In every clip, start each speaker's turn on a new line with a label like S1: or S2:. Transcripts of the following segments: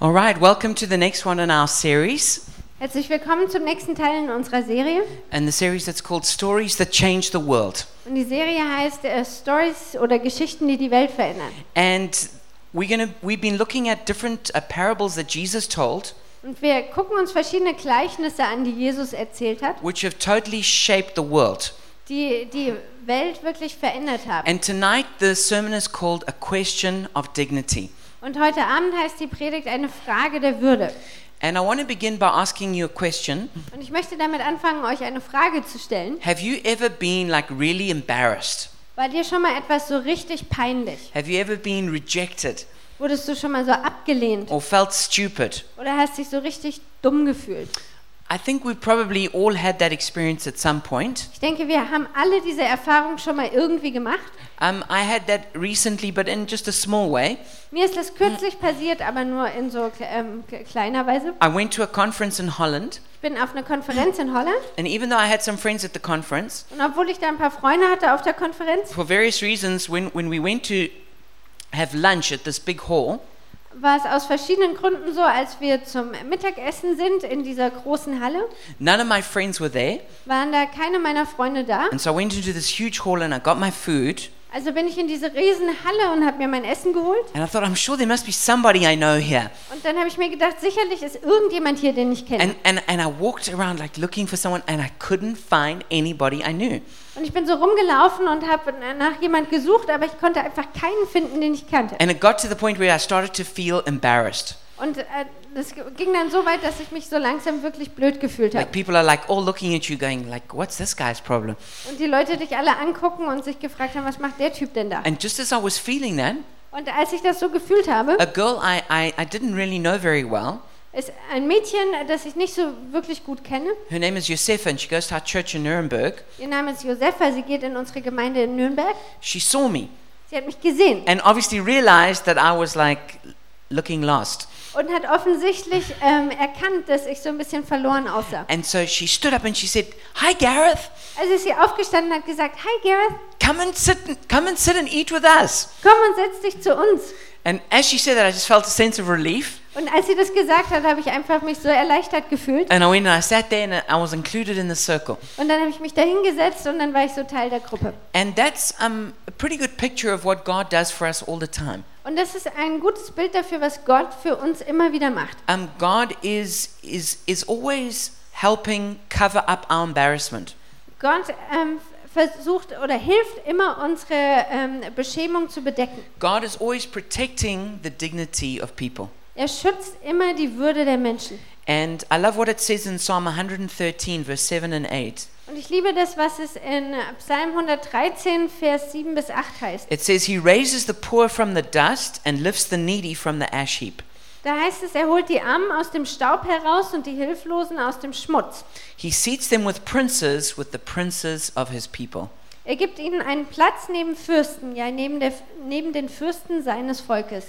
S1: All right, welcome to the next one in our series,
S2: Herzlich willkommen zum nächsten Teil in unserer Serie.
S1: and the series that's called Stories That Change the World.
S2: Und die Serie heißt äh, Stories oder Geschichten, die die Welt verändern.
S1: And we're gonna, we've been looking at different uh, parables that Jesus told,
S2: Und wir gucken uns verschiedene Gleichnisse an, die Jesus erzählt hat,
S1: which have totally shaped the world.
S2: die die Welt wirklich verändert haben.
S1: And tonight, the sermon is called A Question of Dignity.
S2: Und heute Abend heißt die Predigt eine Frage der Würde.
S1: And I want to begin by asking you a question.
S2: Und ich möchte damit anfangen, euch eine Frage zu stellen.
S1: Have you ever been like really embarrassed?
S2: War dir schon mal etwas so richtig peinlich?
S1: Have you ever been rejected
S2: Wurdest du schon mal so abgelehnt
S1: or felt stupid?
S2: oder hast dich so richtig dumm gefühlt?
S1: I think we probably all had that experience at some point.
S2: Ich denke, wir haben alle diese Erfahrung schon mal irgendwie gemacht.
S1: Um, I had that recently, but in just a small way.
S2: Mir ist das kürzlich passiert, aber nur in so kle- ähm, k- kleiner Weise.
S1: I went to a conference in Holland,
S2: Ich bin auf eine Konferenz in Holland
S1: and even though I had some friends at the conference,
S2: und obwohl ich da ein paar Freunde hatte auf der Konferenz,
S1: for various reasons, when, when we went to have lunch at this big hall,
S2: war es aus verschiedenen Gründen so, als wir zum Mittagessen sind in dieser großen Halle,
S1: none of my friends were there.
S2: waren da keine meiner Freunde da.
S1: And so I went into this huge hall and I got my food,
S2: Also bin ich in diese riesen Halle und habe mir mein Essen geholt.
S1: and I thought, I'm sure there must be somebody I know here.
S2: Und dann habe ich mir gedacht, sicherlich ist irgendjemand hier, den ich kenne.
S1: And, and, and I walked around like looking for someone, and I couldn't find anybody I knew.
S2: Und ich bin so rumgelaufen und habe nach jemand gesucht, aber ich konnte einfach keinen finden, den ich kannte.
S1: And it got to the point where I started to feel embarrassed.
S2: Und äh, das ging dann so weit, dass ich mich so langsam wirklich blöd gefühlt habe.
S1: Like people are like all looking at you, going like, "What's this guy's problem?"
S2: Und die Leute dich alle angucken und sich gefragt haben, was macht der Typ denn da?
S1: And just as I was feeling that,
S2: Und als ich das so gefühlt habe,
S1: a girl I, I, I didn't really know very well.
S2: ist ein Mädchen, das ich nicht so wirklich gut kenne.
S1: Her name is Josefa, and she goes to our church in Nuremberg.
S2: Ihr Name ist Josefa, sie geht in unsere Gemeinde in Nürnberg.
S1: She saw me
S2: Sie hat mich gesehen
S1: and obviously realized that I was like looking lost.
S2: und hat offensichtlich ähm, erkannt, dass ich so ein bisschen verloren aussah.
S1: And so she stood up and she said, "Hi, Gareth,
S2: Also ist sie aufgestanden und hat gesagt, hi Gareth,
S1: come and sit, and, come and sit and eat with us."
S2: komm und setz dich zu uns.
S1: And as she said that, I just felt a sense of relief.
S2: Und als sie das gesagt hat, habe ich einfach mich so erleichtert gefühlt.
S1: And I went and I sat there, and I was included in the circle.
S2: Und dann habe ich mich da hingesetzt und dann war ich so Teil der Gruppe.
S1: And that's um, a pretty good picture of what God does for us all the time.
S2: Und das ist ein gutes Bild dafür, was Gott für uns immer wieder macht.
S1: Um, God is, is, is always helping cover up our embarrassment.
S2: Gott ähm, versucht oder hilft immer, unsere ähm, Beschämung zu bedecken.
S1: God is always protecting the dignity of people.
S2: Er schützt immer die Würde der Menschen.
S1: And I love what it says in Psalm 113, verse 7 and 8.
S2: Und ich liebe das, was es in Psalm 113, Vers 7 bis 8 heißt.
S1: It says, He raises the poor from the dust and lifts the needy from the ash heap.
S2: Da heißt es, er holt die Armen aus dem Staub heraus und die Hilflosen aus dem Schmutz.
S1: He seats them with princes, with the princes of his people.
S2: Er gibt ihnen einen Platz neben Fürsten, ja, neben, der, neben den Fürsten seines Volkes.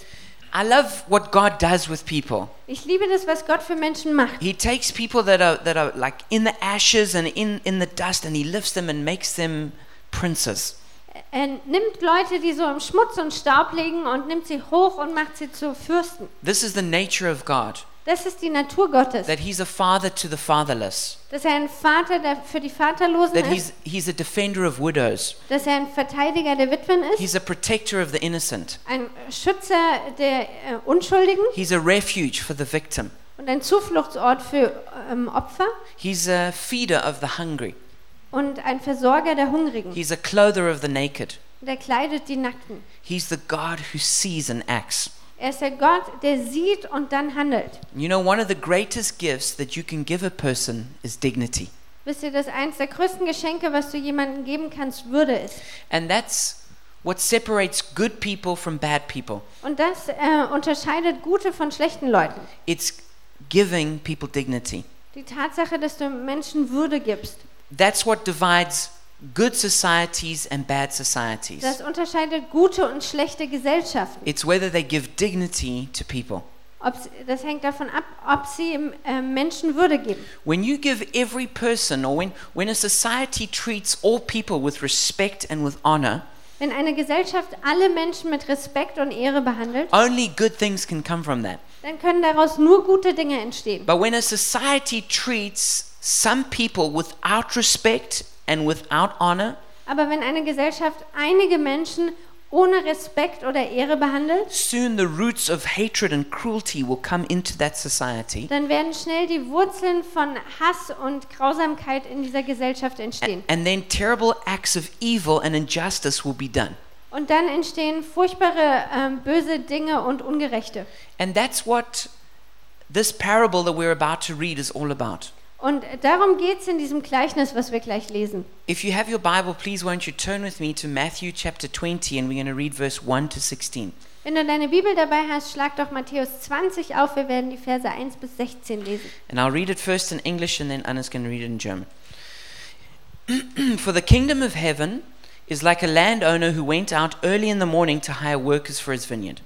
S1: I love what God does with people.
S2: Ich liebe das, was Gott für Menschen macht.
S1: He takes people that are that are like in the ashes and in in the dust, and he lifts them and makes them princes.
S2: Er nimmt Leute, die so im Schmutz und Staub liegen und nimmt sie hoch und macht sie zu Fürsten.
S1: This is the nature of God
S2: Das ist die Natur Gottes,
S1: that He's a father to the fatherless,
S2: dass er ein Vater der für die Vaterlosen
S1: that
S2: ist,
S1: He's He's a defender of widows,
S2: dass er ein Verteidiger der Witwen ist,
S1: He's a protector of the innocent,
S2: ein Schützer der äh, Unschuldigen
S1: He's a refuge for the victim,
S2: und ein Zufluchtsort für ähm, Opfer
S1: He's a feeder of the hungry,
S2: und ein Versorger der Hungrigen.
S1: He's a clother of the naked,
S2: Und er kleidet die Nackten.
S1: He's the God who sees and acts.
S2: Er ist der Gott, der sieht und dann handelt.
S1: You know, one of the greatest gifts that you can give a person is dignity,
S2: Wisst ihr, dass eins der größten Geschenke, was du jemandem geben kannst, Würde ist.
S1: and that's what separates good people from bad people.
S2: Und das äh, unterscheidet gute von schlechten Leuten.
S1: It's giving people dignity.
S2: Die Tatsache, dass du Menschen Würde gibst,
S1: That's what divides good societies and bad societies.
S2: das unterscheidet gute und schlechte Gesellschaften.
S1: It's whether they give dignity to people.
S2: Ob sie, das hängt davon ab, ob sie äh, Menschen Würde geben.
S1: When you give every person, or when, when a society treats all people with respect and with honor,
S2: Wenn eine Gesellschaft alle Menschen mit Respekt und Ehre behandelt,
S1: only good things can come from that.
S2: dann können daraus nur gute Dinge entstehen.
S1: But when a society treats some people without respect and without honor,
S2: Aber wenn eine Gesellschaft einige Menschen ohne Respekt oder Ehre behandelt,
S1: soon the roots of hatred and cruelty will come into that society.
S2: dann werden schnell die Wurzeln von Hass und Grausamkeit in dieser Gesellschaft entstehen.
S1: And then terrible acts of evil and injustice will be done.
S2: Und dann entstehen furchtbare, ähm, böse Dinge und Ungerechte.
S1: And that's what this parable that we're about to read is all about.
S2: Und darum geht es in diesem Gleichnis, was wir gleich lesen.
S1: If you have your Bible, please won't you turn with me to Matthew chapter 20 and we're going to read verse 1 to 16.
S2: Wenn du deine Bibel dabei hast, schlag doch Matthäus 20 auf. Wir werden die Verse 1 bis 16 lesen.
S1: And I'll read it first in English and then Anna's going to read it in German. For the kingdom of heaven is like a landowner who went out early in the morning to hire workers for his vineyard.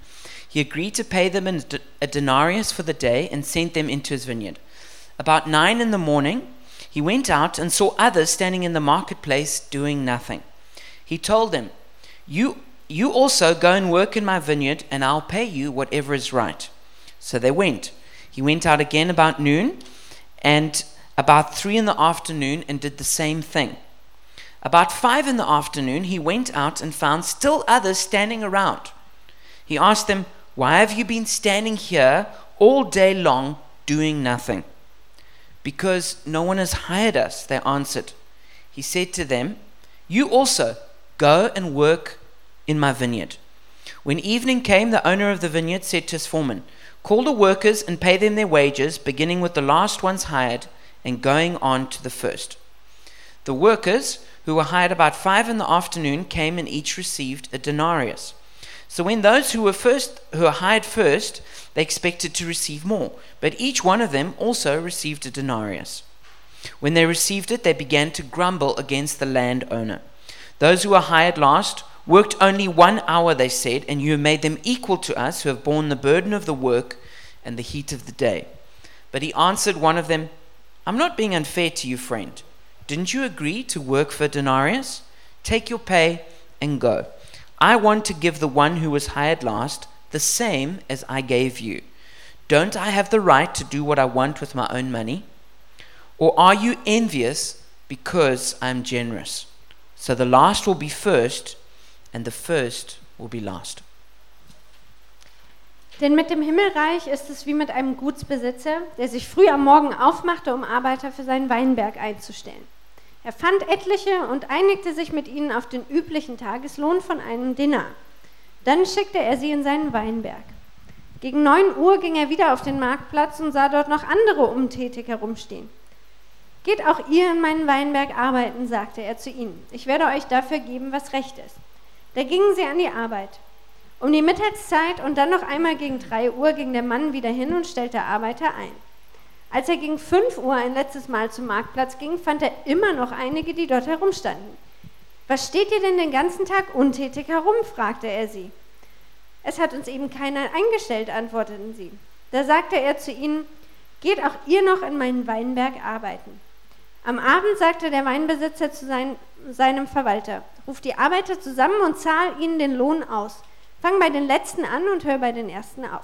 S1: He agreed to pay them an- a denarius for the day and sent them into his vineyard. About nine in the morning, he went out and saw others standing in the marketplace doing nothing. He told them, you, you also go and work in my vineyard, and I'll pay you whatever is right. So they went. He went out again about noon and about three in the afternoon and did the same thing. About five in the afternoon, he went out and found still others standing around. He asked them, Why have you been standing here all day long doing nothing? Because no one has hired us, they answered. He said to them, You also go and work in my vineyard. When evening came, the owner of the vineyard said to his foreman, Call the workers and pay them their wages, beginning with the last ones hired and going on to the first. The workers, who were hired about five in the afternoon, came and each received a denarius. So when those who were first who were hired first, they expected to receive more, but each one of them also received a denarius. When they received it, they began to grumble against the landowner. Those who were hired last worked only one hour, they said, and you have made them equal to us who have borne the burden of the work and the heat of the day. But he answered one of them, I'm not being unfair to you, friend. Didn't you agree to work for a denarius? Take your pay and go. I want to give the one who was hired last the same as I gave you. Don't I have the right to do what I want with my own money? Or are you envious because I am generous? So the last will be first, and the first will be last.
S2: Denn mit dem Himmelreich ist es wie mit einem Gutsbesitzer, der sich früh am Morgen aufmachte, um Arbeiter für seinen Weinberg einzustellen. Er fand etliche und einigte sich mit ihnen auf den üblichen Tageslohn von einem Dinar. Dann schickte er sie in seinen Weinberg. Gegen 9 Uhr ging er wieder auf den Marktplatz und sah dort noch andere untätig herumstehen. Geht auch ihr in meinen Weinberg arbeiten, sagte er zu ihnen. Ich werde euch dafür geben, was recht ist. Da gingen sie an die Arbeit. Um die Mittagszeit und dann noch einmal gegen 3 Uhr ging der Mann wieder hin und stellte Arbeiter ein. Als er gegen 5 Uhr ein letztes Mal zum Marktplatz ging, fand er immer noch einige, die dort herumstanden. Was steht ihr denn den ganzen Tag untätig herum? fragte er sie. Es hat uns eben keiner eingestellt, antworteten sie. Da sagte er zu ihnen, geht auch ihr noch in meinen Weinberg arbeiten. Am Abend sagte der Weinbesitzer zu sein, seinem Verwalter, ruf die Arbeiter zusammen und zahl ihnen den Lohn aus. Fang bei den Letzten an und hör bei den Ersten auf.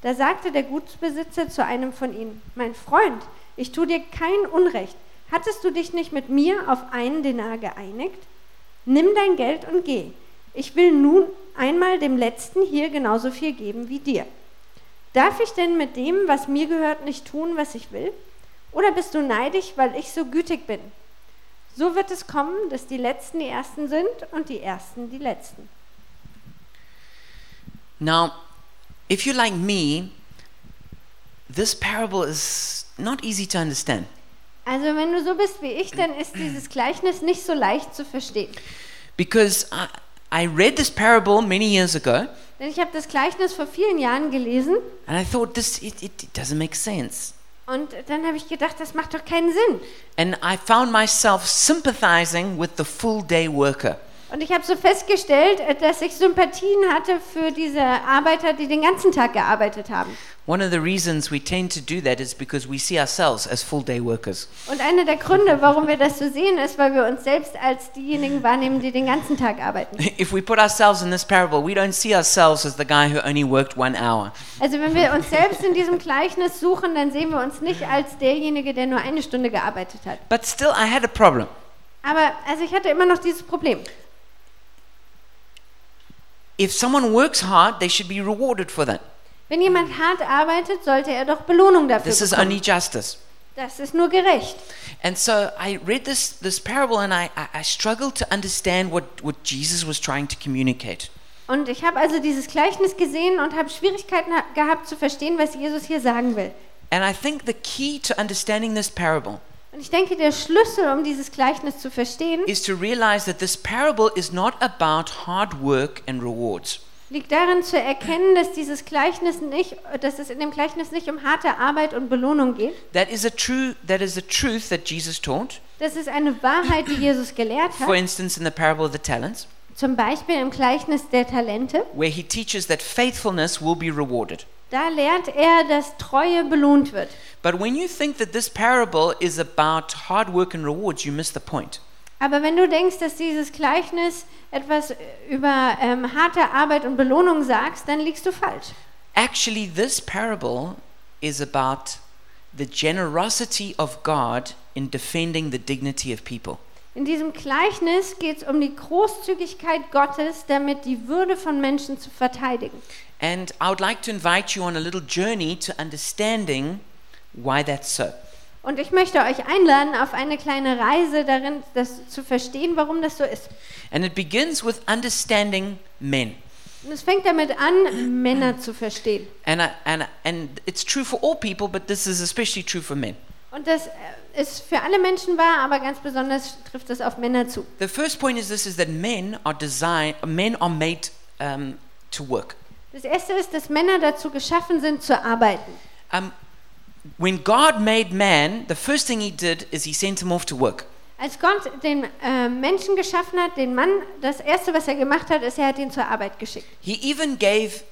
S2: Da sagte der Gutsbesitzer zu einem von ihnen, mein Freund, ich tue dir kein Unrecht. Hattest du dich nicht mit mir auf einen Denar geeinigt? Nimm dein Geld und geh. Ich will nun einmal dem Letzten hier genauso viel geben wie dir. Darf ich denn mit dem, was mir gehört, nicht tun, was ich will? Oder bist du neidisch, weil ich so gütig bin? So wird es kommen, dass die Letzten die Ersten sind und die Ersten die Letzten.
S1: Now, if you're like me, this parable is not easy to understand
S2: Also wenn du so bist wie ich, dann ist dieses Gleichnis nicht so leicht zu verstehen.
S1: because I, I read this parable many years ago
S2: Denn ich habe das Gleichnis vor vielen Jahren gelesen
S1: and I thought this it, it, it doesn't make sense.
S2: Und dann habe ich gedacht, das macht doch keinen Sinn.
S1: And I found myself sympathizing with the full day worker.
S2: Und ich habe so festgestellt, äh, dass ich Sympathien hatte für diese Arbeiter, die den ganzen Tag gearbeitet haben.
S1: One of the reasons we tend to do that is because we see ourselves as full day workers.
S2: Und einer der Gründe, warum wir das so sehen, ist, weil wir uns selbst als diejenigen wahrnehmen, die den ganzen Tag arbeiten.
S1: If we put ourselves in this parable, we don't see ourselves as the guy who only worked one hour.
S2: Also wenn wir uns selbst in diesem Gleichnis suchen, dann sehen wir uns nicht als derjenige, der nur eine Stunde gearbeitet hat.
S1: But still, I had a problem.
S2: Aber also ich hatte immer noch dieses Problem.
S1: If someone works hard, they should be rewarded for that.
S2: Wenn jemand hart arbeitet, sollte er doch Belohnung dafür
S1: This is
S2: bekommen.
S1: only justice.
S2: das ist nur gerecht.
S1: And so I read this, this parable and I, I, I struggled to understand what, what Jesus was trying to communicate.
S2: Und ich habe also dieses Gleichnis gesehen und habe Schwierigkeiten ha- gehabt zu verstehen, was Jesus hier sagen will.
S1: And I think the key to understanding this parable
S2: Und ich denke, der Schlüssel, um dieses Gleichnis zu verstehen,
S1: is to realize that this parable is not about hard work and rewards.
S2: liegt darin zu erkennen, dass dieses Gleichnis nicht, dass es in dem Gleichnis nicht um harte Arbeit und Belohnung geht.
S1: That is a true that is a truth that Jesus taught.
S2: Das ist eine Wahrheit, die Jesus gelehrt
S1: For
S2: hat.
S1: instance, in the parable of the talents,
S2: Zum Beispiel im Gleichnis der Talente.
S1: where he teaches that faithfulness will be rewarded.
S2: Da lehrt er, dass Treue belohnt wird.
S1: But when you think that this parable is about hard work and rewards, you miss the point.
S2: Aber wenn du denkst, dass dieses Gleichnis etwas über ähm, harte Arbeit und Belohnung sagst, dann liegst du falsch.
S1: Actually, this parable is about the generosity of God in defending the dignity of people.
S2: In diesem Gleichnis geht es um die Großzügigkeit Gottes, damit die Würde von Menschen zu verteidigen.
S1: And I would like to invite you on a little journey to understanding why that's so.
S2: Und ich möchte euch einladen auf eine kleine Reise darin, das zu verstehen, warum das so ist.
S1: And it begins with understanding men.
S2: Und es fängt damit an, Männer zu verstehen.
S1: And, I, and, I- and it's true for all people, but this is especially true for men.
S2: Und das äh, ist für alle Menschen wahr, aber ganz besonders trifft es auf Männer zu.
S1: The first point is this: is that men are designed, men are made um, to work.
S2: Das erste ist, dass Männer dazu geschaffen sind, zu arbeiten.
S1: Um, when God made man, the first thing He did is He sent him off to work.
S2: Als Gott den äh, Menschen geschaffen hat, den Mann, das erste, was er gemacht hat, ist, er hat ihn zur Arbeit geschickt.
S1: He even gave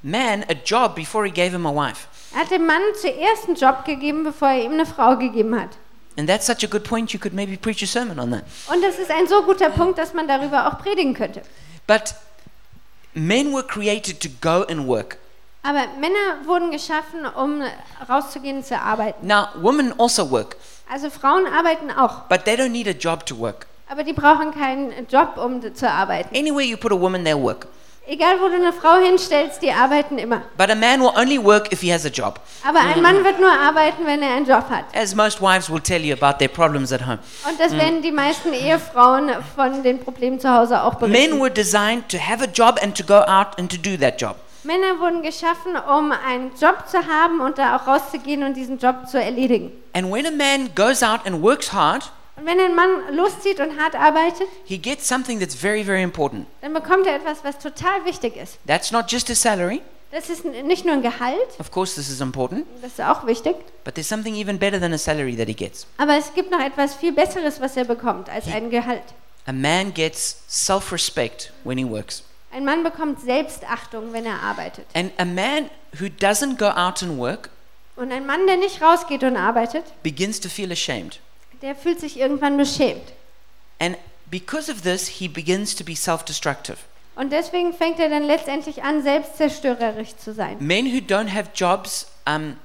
S1: man a job before He gave him a wife.
S2: Er hat dem Mann zuerst einen Job gegeben, bevor er ihm eine Frau gegeben hat.
S1: And that's such a good point. You could maybe preach a sermon on that.
S2: Und das ist ein so guter Punkt, dass man darüber auch predigen könnte.
S1: But men were created to go and work.
S2: Aber Männer wurden geschaffen, um rauszugehen zu arbeiten.
S1: Now, women also work,
S2: Also Frauen arbeiten auch,
S1: but they don't need a job to work.
S2: aber die brauchen keinen Job, um zu arbeiten.
S1: Anywhere you put a woman, they'll work.
S2: Egal, wo du eine Frau hinstellst, die arbeiten immer.
S1: But a man will only work if he has a job,
S2: Aber ein Mann wird nur arbeiten, wenn er einen Job hat.
S1: as most wives will tell you about their problems at home.
S2: Und das werden die meisten Ehefrauen von den Problemen zu Hause auch
S1: Men
S2: berichten.
S1: were designed to have a job and to go out and to do that job.
S2: Männer wurden geschaffen, um einen Job zu haben und da auch rauszugehen und diesen Job zu erledigen.
S1: And when a man goes out and works hard,
S2: Und wenn ein Mann loszieht und hart arbeitet,
S1: he gets something that's very, very important.
S2: dann bekommt er etwas, was total wichtig ist.
S1: That's not just a salary.
S2: Das ist n- nicht nur ein Gehalt,
S1: Of course, this is important,
S2: das ist auch wichtig,
S1: but there's something even better than a salary that he gets.
S2: aber es gibt noch etwas viel Besseres, was er bekommt als ein Gehalt.
S1: A man gets self respect when he works.
S2: Ein Mann bekommt Selbstachtung, wenn er arbeitet.
S1: And a man who doesn't go out and work
S2: Und ein Mann, der nicht rausgeht und arbeitet,
S1: begins to feel ashamed.
S2: der fühlt sich irgendwann beschämt.
S1: And because of this, he begins to be self destructive.
S2: Und deswegen fängt er dann letztendlich an, selbstzerstörerisch zu sein.
S1: Men who don't have jobs um,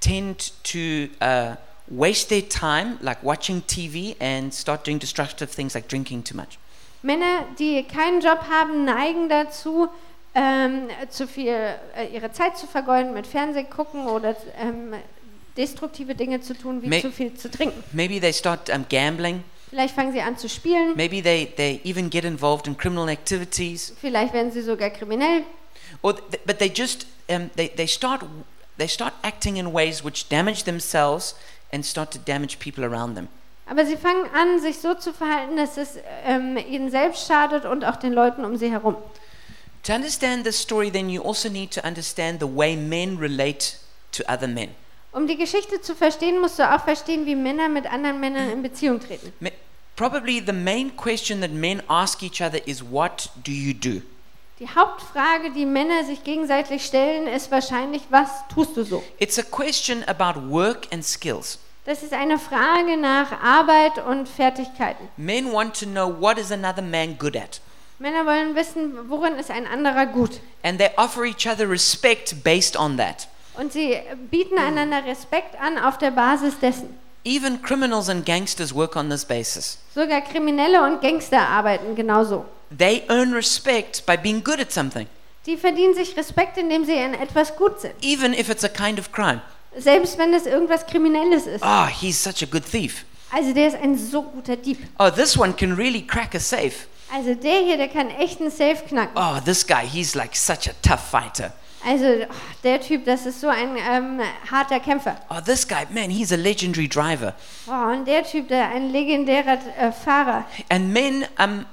S1: tend to uh, waste their time, like watching TV, and start doing destructive things like drinking too much.
S2: Männer, die keinen Job haben, neigen dazu, ähm, zu viel äh, ihre Zeit zu vergeuden mit Fernsehen gucken oder ähm, destruktive Dinge zu tun, wie
S1: Me-
S2: zu viel zu trinken.
S1: Maybe they start um, gambling.
S2: Vielleicht fangen sie an zu spielen,
S1: Maybe they, they even get involved in criminal activities.
S2: vielleicht werden sie sogar kriminell.
S1: Or th- but they just um, they, they start they start acting in ways which damage themselves and start to damage people around them.
S2: Aber sie fangen an, sich so zu verhalten, dass es ähm, ihnen selbst schadet und auch den Leuten um sie herum.
S1: To understand this story, then you also need to understand the way men relate to other men.
S2: Um die Geschichte zu verstehen, musst du auch verstehen, wie Männer mit anderen Männern in Beziehung treten.
S1: Ma- Probably the main question that men ask each other is, What do you do?
S2: Die Hauptfrage, die Männer sich gegenseitig stellen, ist wahrscheinlich, was tust du so?
S1: It's a question about work and skills.
S2: Das ist eine Frage nach Arbeit und Fertigkeiten.
S1: Men want to know what is another man good at.
S2: Männer wollen wissen, worin ist ein anderer gut.
S1: And they offer each other respect based on that.
S2: Und sie bieten einander Respekt an auf der Basis dessen.
S1: Even criminals and gangsters work on this basis.
S2: Sogar Kriminelle und Gangster arbeiten genauso.
S1: They earn respect by being good at something,
S2: Die verdienen sich Respekt, indem sie in etwas gut sind.
S1: even if it's a kind of crime.
S2: Selbst wenn es irgendwas Kriminelles ist.
S1: Ah, he's such a good thief.
S2: Also der ist ein so guter Dieb.
S1: Oh, this one can really crack a safe.
S2: Also der hier, der kann echt einen Safe knacken.
S1: Oh, this guy, he's like such a tough fighter.
S2: Also oh, der Typ, das ist so ein ähm, harter Kämpfer.
S1: Oh, this guy, man, he's a legendary driver.
S2: Oh, und der Typ, der ein legendärer äh, Fahrer.
S1: And men um,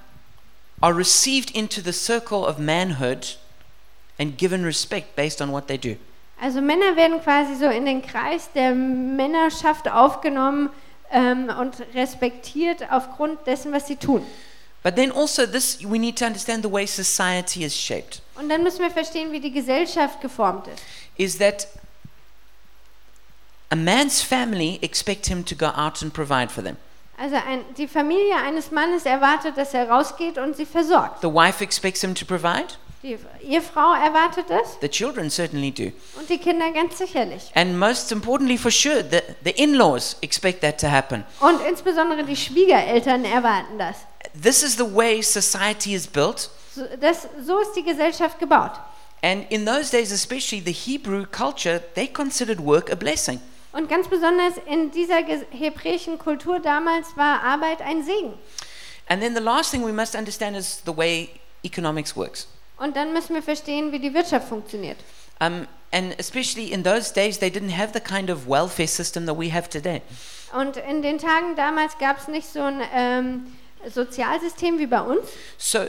S1: are received into the circle of manhood and given respect based on what they do.
S2: Also Männer werden quasi so in den Kreis der Männerschaft aufgenommen ähm, und respektiert aufgrund dessen, was sie tun.
S1: But then also this we need to understand the way society is shaped
S2: Und dann müssen wir verstehen, wie die Gesellschaft geformt ist.
S1: is that a man's family expect him to go out and provide for them.
S2: Also ein, die Familie eines Mannes erwartet, dass er rausgeht und sie versorgt.
S1: The wife expects him to provide,
S2: Die Ehefrau erwartet das
S1: the children certainly do.
S2: und die Kinder ganz sicherlich.
S1: And most importantly for sure, the, the in-laws expect that to happen.
S2: Und insbesondere die Schwiegereltern erwarten das.
S1: This is the way society is built.
S2: So, das, so ist die Gesellschaft gebaut.
S1: And in those days, especially the Hebrew culture, they considered work a blessing.
S2: Und ganz besonders in dieser ges- hebräischen Kultur damals war Arbeit ein Segen.
S1: And then the last thing we must understand is the way economics works.
S2: Und dann müssen wir verstehen, wie die Wirtschaft funktioniert.
S1: Um, and especially in those days, they didn't have the kind of welfare system that we have today.
S2: Und in den Tagen damals gab es nicht so ein ähm, Sozialsystem wie bei uns.
S1: So,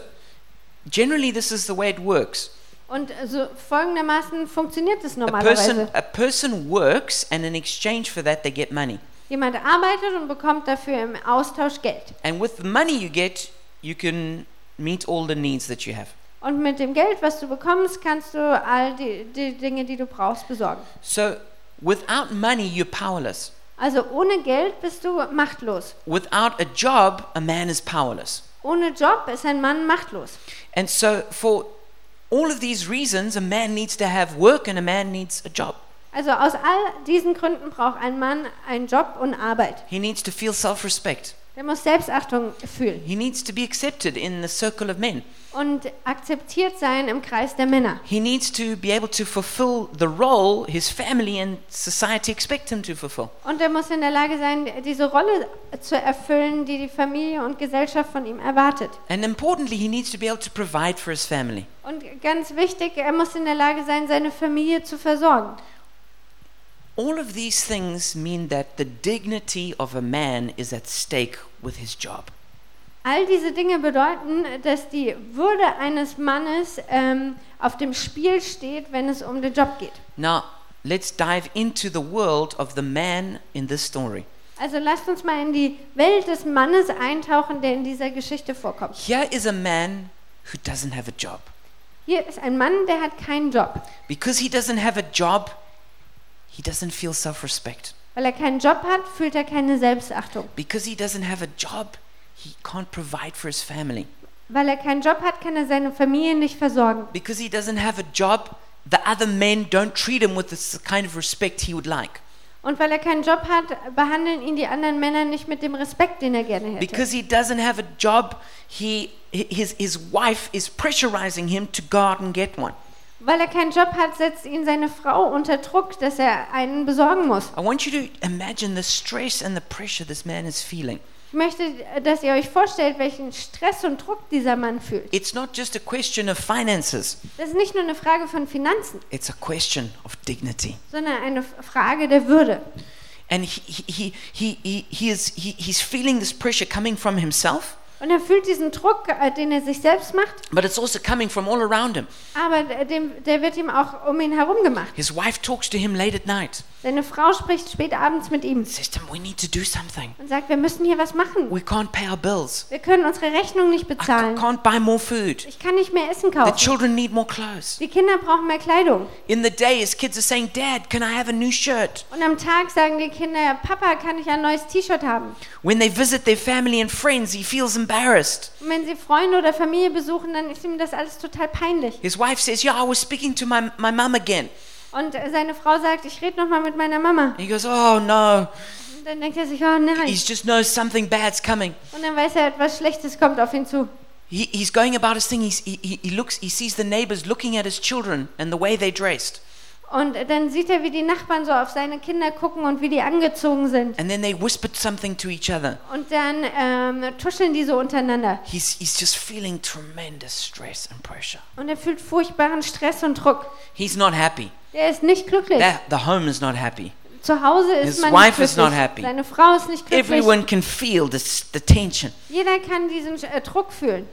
S1: generally, this is the way it works.
S2: Und so folgendermaßen funktioniert es
S1: A person,
S2: normalerweise.
S1: a person works, and in exchange for that, they get money.
S2: Jemand arbeitet und bekommt dafür im Austausch Geld.
S1: And with the money you get, you can meet all the needs that you have.
S2: Und mit dem Geld, was du bekommst, kannst du all die, die Dinge, die du brauchst, besorgen.
S1: So, without money, you're powerless.
S2: Also ohne Geld bist du machtlos.
S1: Without a job, a man is powerless.
S2: Ohne Job ist ein Mann machtlos.
S1: And so, for all of these reasons, a man needs to have work and a man needs a job.
S2: Also aus all diesen Gründen braucht ein Mann einen Job und Arbeit.
S1: He needs to feel self respect.
S2: Der muss Selbstachtung fühlen
S1: He needs to be accepted in the circle of men.
S2: und akzeptiert sein im Kreis der Männer.
S1: He needs to be able to fulfill the role his family and society expect him to fulfill.
S2: Und er muss in der Lage sein, diese Rolle zu erfüllen, die die Familie und Gesellschaft von ihm erwartet.
S1: And importantly, he needs to be able to provide for his family.
S2: Und ganz wichtig, er muss in der Lage sein, seine Familie zu versorgen.
S1: All of these things mean that the dignity of a man is at stake with his job.
S2: All diese Dinge bedeuten, dass die Würde eines Mannes ähm, auf dem Spiel steht, wenn es um den Job geht.
S1: Now, let's dive into the world of the man in this story.
S2: Also lasst uns mal in die Welt des Mannes eintauchen, der in dieser Geschichte vorkommt.
S1: Here is a man who doesn't have a job.
S2: Hier ist ein Mann, der hat keinen Job.
S1: Because he doesn't have a job, he doesn't feel self respect.
S2: Weil er keinen Job hat, fühlt er keine Selbstachtung.
S1: Because he doesn't have a job, he can't provide for his family.
S2: Weil er keinen Job hat, kann er seine Familie nicht versorgen.
S1: Because he doesn't have a job, the other men don't treat him with the kind of respect he would like.
S2: Und weil er keinen Job hat, behandeln ihn die anderen Männer nicht mit dem Respekt, den er gerne hätte.
S1: Because he doesn't have a job, he, his, his wife is pressurizing him to go out and get one.
S2: Weil er keinen Job hat, setzt ihn seine Frau unter Druck, dass er einen besorgen muss.
S1: I want you to imagine the stress and the pressure this man is feeling.
S2: Ich möchte, dass ihr euch vorstellt, welchen Stress und Druck dieser Mann fühlt.
S1: It's not just a question of finances,
S2: Das ist nicht nur eine Frage von Finanzen,
S1: it's a question of dignity.
S2: sondern eine Frage der Würde.
S1: And he, he, he, he, he is, he, he's feeling this pressure coming from himself,
S2: Und er fühlt diesen Druck, äh, den er sich selbst macht,
S1: but it's also coming from all around him.
S2: aber der- dem, der wird ihm auch um ihn herum gemacht.
S1: His wife talks to him late at night.
S2: Seine Frau spricht spät abends mit ihm
S1: says to him, We need to do something.
S2: und sagt, wir müssen hier was machen.
S1: We can't pay our bills.
S2: Wir können unsere Rechnung nicht
S1: I ca-
S2: bezahlen.
S1: can't buy more food.
S2: Ich kann nicht mehr Essen
S1: The
S2: kaufen.
S1: children need more clothes.
S2: Die Kinder brauchen mehr Kleidung.
S1: In the day, his kids are saying, Dad, can I have a new shirt?
S2: Und am Tag sagen die Kinder, Papa, kann ich ein neues T-Shirt haben?
S1: When they visit their family and friends, he feels embarrassed.
S2: Und wenn sie Freunde oder Familie besuchen, dann ist ihm das alles total peinlich.
S1: His wife says, Yeah, I was speaking to my, my mum again.
S2: Und äh, seine Frau sagt, ich rede nochmal mit meiner Mama.
S1: And he goes, Oh no.
S2: Und dann denkt er sich, oh nein.
S1: He just knows something bad's coming.
S2: Und dann weiß er, etwas Schlechtes kommt auf ihn zu.
S1: He, he's going about his thing. He's, he, he- he looks, he sees the neighbors looking at his children and the way they dressed.
S2: Und äh, dann sieht er, wie die Nachbarn so auf seine Kinder gucken und wie die angezogen sind.
S1: And then they whispered something to each other.
S2: Und dann ähm, tuscheln die so untereinander.
S1: He's, he's just feeling tremendous stress and pressure.
S2: Und er fühlt furchtbaren Stress und Druck.
S1: He's not happy.
S2: Er ist nicht glücklich.
S1: That, the home is not happy.
S2: Zu Hause ist
S1: His
S2: man
S1: wife
S2: nicht
S1: is not
S2: glücklich.
S1: happy.
S2: Seine Frau ist nicht glücklich.
S1: Everyone can feel this, the tension.
S2: Jeder kann diesen äh, Druck fühlen.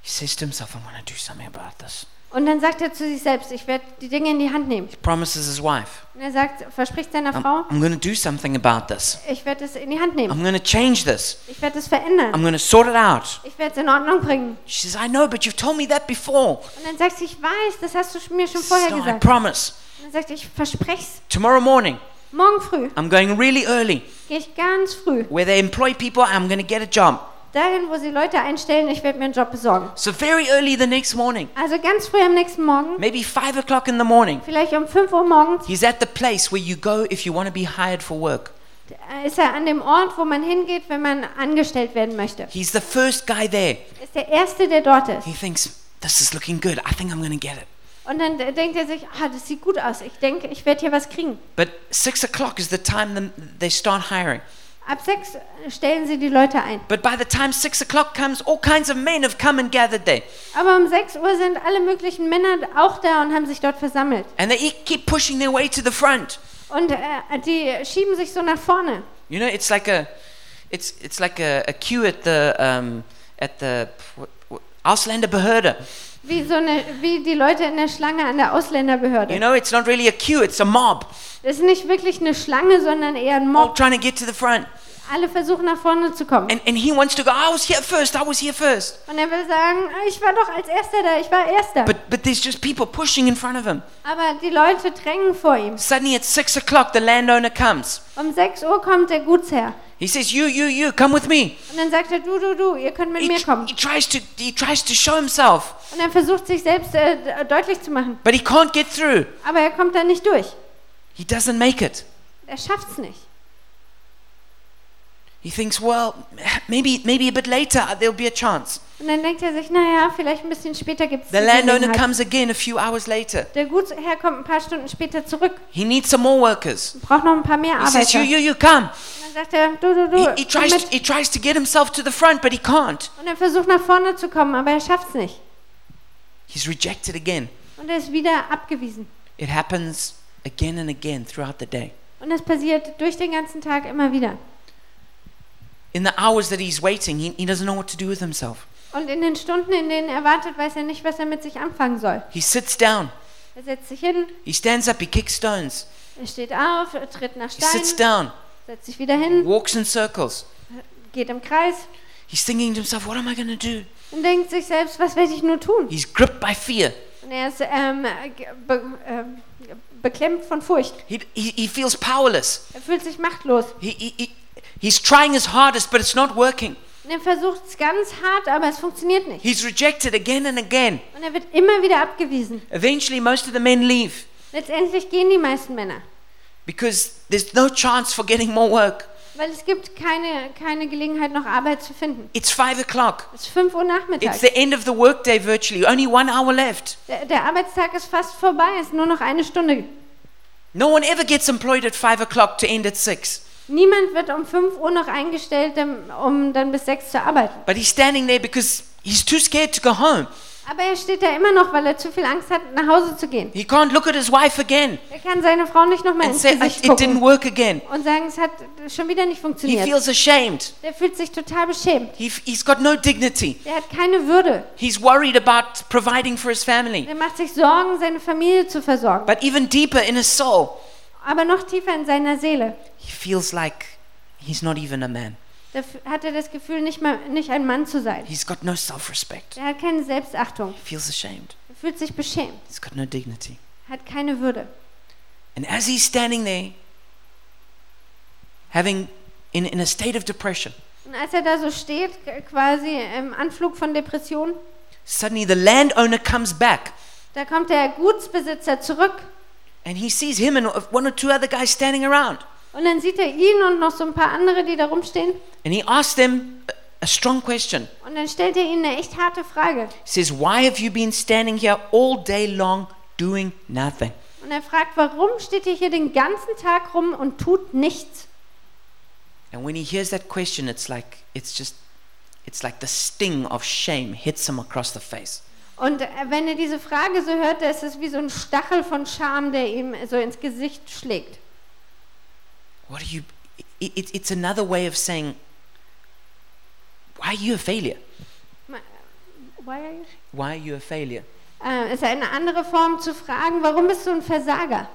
S1: He says to himself, I'm going to do something about this.
S2: Und dann sagt er zu sich selbst, ich werde die Dinge in die Hand nehmen.
S1: Promises his wife,
S2: Und er sagt, verspricht seiner
S1: I'm,
S2: Frau,
S1: I'm going to do something about this.
S2: ich werde es in die Hand nehmen.
S1: I'm going to change this.
S2: Ich werde es verändern.
S1: I'm going to sort it out.
S2: Ich werde es in Ordnung bringen.
S1: She says, I know, but you've told me that before.
S2: Und dann sagt sie, ich weiß, das hast du mir schon vorher
S1: So I
S2: gesagt.
S1: promise.
S2: Und dann sagt er, ich verspreche es.
S1: Tomorrow morning,
S2: Morgen früh
S1: I'm going really early.
S2: gehe ich ganz früh
S1: Where they employ people, I'm going to get a job.
S2: dahin, wo sie Leute einstellen, ich werde mir einen Job besorgen.
S1: So very early the next morning,
S2: Also ganz früh am nächsten Morgen,
S1: maybe 5 o'clock in the morning,
S2: vielleicht um 5 Uhr morgens,
S1: he's at the place where you go if you want to be hired for work.
S2: äh, ist er an dem Ort, wo man hingeht, wenn man angestellt werden möchte.
S1: He's the first guy there.
S2: Ist der Erste, der dort ist.
S1: He thinks, this is looking good. I think I'm going to get it.
S2: Und dann d- denkt er sich, ah, das sieht gut aus. Ich denke, ich werde hier was kriegen.
S1: But 6 o'clock is the time them- they start hiring.
S2: Ab sechs äh, stellen sie die Leute ein.
S1: But by the time 6 o'clock comes, all kinds of men have come and gathered there.
S2: Aber um 6 Uhr sind alle möglichen Männer auch da und haben sich dort versammelt.
S1: And they e- keep pushing their way to the front.
S2: Und äh, die schieben sich so nach vorne.
S1: You know, it's like a, it's it's like a, a queue at the um, at the what, what, Auslander Behörde.
S2: Wie, so eine, wie die Leute in der Schlange an der
S1: You
S2: Ausländerbehörde.
S1: know, it's not really a queue; it's a mob,
S2: Das ist nicht wirklich eine Schlange, sondern eher ein
S1: all
S2: Mob.
S1: trying to get to the front.
S2: Alle versuchen nach vorne zu kommen.
S1: And and he wants to go. I was here first. I was here first.
S2: Und er will sagen, "Ah, ich war doch als Erster da, ich war Erster.
S1: But but there's just people pushing in front of him.
S2: Aber die Leute drängen vor ihm.
S1: Suddenly, at six o'clock, the landowner comes.
S2: Um 6 Uhr kommt der Gutsherr.
S1: He says, "You, you, you, come with me."
S2: Und dann sagt er, du, du, du, ihr könnt mit
S1: He,
S2: mir
S1: tr-
S2: kommen.
S1: he tries to he tries to show himself,
S2: Und er versucht sich selbst äh, d- deutlich zu machen.
S1: but he can't get through.
S2: Aber er kommt da nicht durch.
S1: He doesn't make it.
S2: Er schafft's nicht.
S1: He thinks, "Well, maybe maybe a bit later uh, there'll be a chance."
S2: Und dann denkt er sich, naja, vielleicht ein bisschen später gibt es
S1: The landowner comes again a few hours later.
S2: Der Gutsherr kommt ein paar Stunden später zurück.
S1: He needs some more workers.
S2: Braucht noch ein paar mehr
S1: He says,
S2: Arbeiter.
S1: "You, you, you come."
S2: Und dann sagt er, du, du,
S1: He,
S2: du,
S1: he
S2: komm
S1: tries,
S2: mit.
S1: he tries to get himself to the front, but he can't.
S2: Und er versucht nach vorne zu kommen, aber er schafft's nicht.
S1: He's rejected again.
S2: Und er ist wieder abgewiesen.
S1: It happens again and again throughout the day.
S2: Und das passiert durch den ganzen Tag immer wieder.
S1: In the hours that he's waiting, he, he doesn't know what to do with himself.
S2: Und in den Stunden, in denen er wartet, weiß er nicht, was er mit sich anfangen soll.
S1: He sits down.
S2: Er setzt sich hin,
S1: He stands up. He kicks stones.
S2: er steht auf, er tritt nach
S1: He sits
S2: Steinen,
S1: down.
S2: setzt sich wieder hin,
S1: Walks in circles.
S2: geht im Kreis
S1: He's thinking to himself, "What am I going to do?"
S2: und denkt sich selbst, was werde ich nur tun?
S1: He's gripped by fear.
S2: Und er ist ähm, ge- be ähm, beklemmt von Furcht.
S1: He, he, he feels powerless.
S2: Er fühlt sich machtlos.
S1: He, he, he, he's trying his hardest, but it's not working.
S2: Und er versucht es ganz hart, aber es funktioniert nicht.
S1: He's rejected again and again.
S2: Und er wird immer wieder abgewiesen.
S1: Eventually, most of the men leave
S2: Letztendlich gehen die meisten Männer,
S1: because there's no chance for getting more work.
S2: weil es gibt keine, keine Gelegenheit, noch Arbeit zu finden.
S1: It's five o'clock.
S2: Es ist 5 Uhr
S1: It's
S2: nachmittags.
S1: the end of the workday virtually. Only one hour left.
S2: Der, der Arbeitstag ist fast vorbei, es ist nur noch eine Stunde.
S1: No one ever gets employed at five o'clock to end at six.
S2: Niemand wird um 5 Uhr noch eingestellt, dam- um dann bis 6 zu arbeiten.
S1: But he's standing there because he's too scared to go home.
S2: Aber er steht da immer noch, weil er zu viel Angst hat, nach Hause zu gehen.
S1: He can't look at his wife again
S2: Er kann seine Frau nicht nochmal
S1: and
S2: ins
S1: say, "I-
S2: Gesicht
S1: It didn't
S2: gucken
S1: work again.
S2: und sagen, es hat schon wieder nicht
S1: He
S2: funktioniert.
S1: feels ashamed.
S2: Der fühlt sich total beschämt.
S1: He, f- he's got no dignity.
S2: Der hat keine Würde.
S1: He's worried about providing for his family.
S2: Der macht sich Sorgen, seine Familie zu versorgen.
S1: But even deeper in his soul,
S2: aber noch tiefer in seiner Seele.
S1: He feels like he's not even a man.
S2: Da f- hat er das Gefühl, nicht, mal, nicht ein Mann zu sein.
S1: He's got no self respect.
S2: Er hat keine Selbstachtung.
S1: He feels ashamed.
S2: Er fühlt sich beschämt.
S1: He's got no dignity.
S2: Hat keine Würde.
S1: And as he's standing there, having in, in a state of depression,
S2: Und als er da so steht, k- quasi im Anflug von Depression,
S1: suddenly the landowner comes back
S2: da kommt der Gutsbesitzer zurück.
S1: and he sees him and one or two other guys standing around.
S2: Und dann sieht er ihn und noch so ein paar andere, die da rumstehen.
S1: And he asks them a- a strong question.
S2: Und dann stellt er ihnen eine echt harte Frage.
S1: He says, Why have you been standing here all day long doing nothing?
S2: Und er fragt, warum steht ihr hier den ganzen Tag rum und tut nichts?
S1: And when he hears that question, it's like, it's just, it's like the sting of shame hits him across the face.
S2: Und äh, wenn er diese Frage so hört, da ist es wie so ein Stachel von Scham, der ihm so ins Gesicht schlägt.
S1: What are you, it, it, it's another way of saying, Why are you a failure?
S2: Ma- why are you-
S1: Why are you a failure?
S2: Äh, ist eine andere Form zu fragen, warum bist du ein Versager?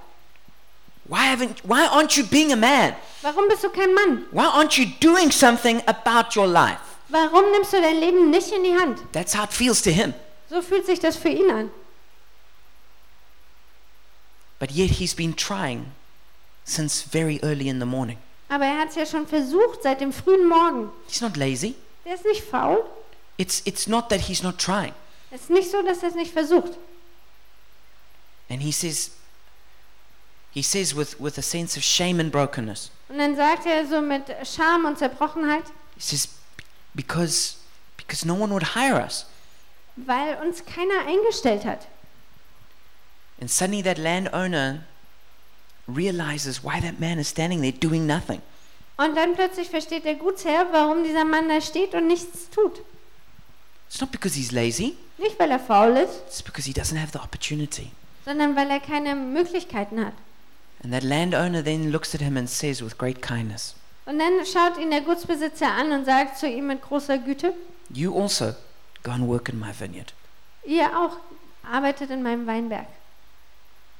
S1: Why haven't, why aren't you being a man?
S2: Warum bist du kein Mann?
S1: Why aren't you doing something about your life?
S2: Warum nimmst du dein Leben nicht in die Hand?
S1: That's how it feels to him.
S2: So fühlt sich das für ihn an.
S1: But yet he's been trying since very early in the morning.
S2: Aber er hat es ja schon versucht seit dem frühen Morgen.
S1: He's not lazy.
S2: Der ist nicht faul.
S1: It's, it's not that he's not trying.
S2: Es ist nicht so, dass er es nicht versucht.
S1: And he says, he says with, with a sense of shame and brokenness,
S2: Und dann sagt er so mit Scham und Zerbrochenheit,
S1: he says, because, because no one would hire us.
S2: weil uns keiner eingestellt hat.
S1: And suddenly that landowner realizes why that man is standing there doing nothing.
S2: Und dann plötzlich versteht der Gutsherr, warum dieser Mann da steht und nichts tut.
S1: It's not because he's lazy,
S2: Nicht, weil er faul ist,
S1: it's because he doesn't have the opportunity.
S2: sondern weil er keine Möglichkeiten hat.
S1: And that landowner then looks at him and says with great kindness,
S2: Und dann schaut ihn der Gutsbesitzer an und sagt zu ihm mit großer Güte,
S1: You also go and work in my vineyard.
S2: ihr auch arbeitet in meinem Weinberg.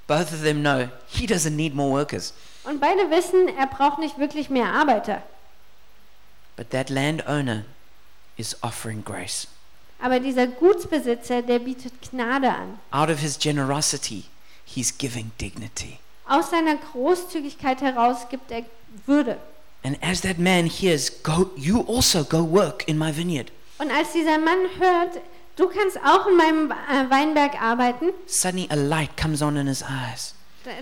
S1: Both of them know he doesn't need more workers.
S2: Und beide wissen, er braucht nicht wirklich mehr Arbeiter.
S1: But that landowner is offering grace.
S2: Aber dieser Gutsbesitzer, der bietet Gnade an.
S1: Out of his generosity, he's giving dignity.
S2: Aus seiner Großzügigkeit heraus gibt er Würde.
S1: And as that man hears, go, you also go work in my vineyard.
S2: Und als dieser Mann hört, du kannst auch in meinem äh, Weinberg arbeiten,
S1: Suddenly a light comes on in his eyes.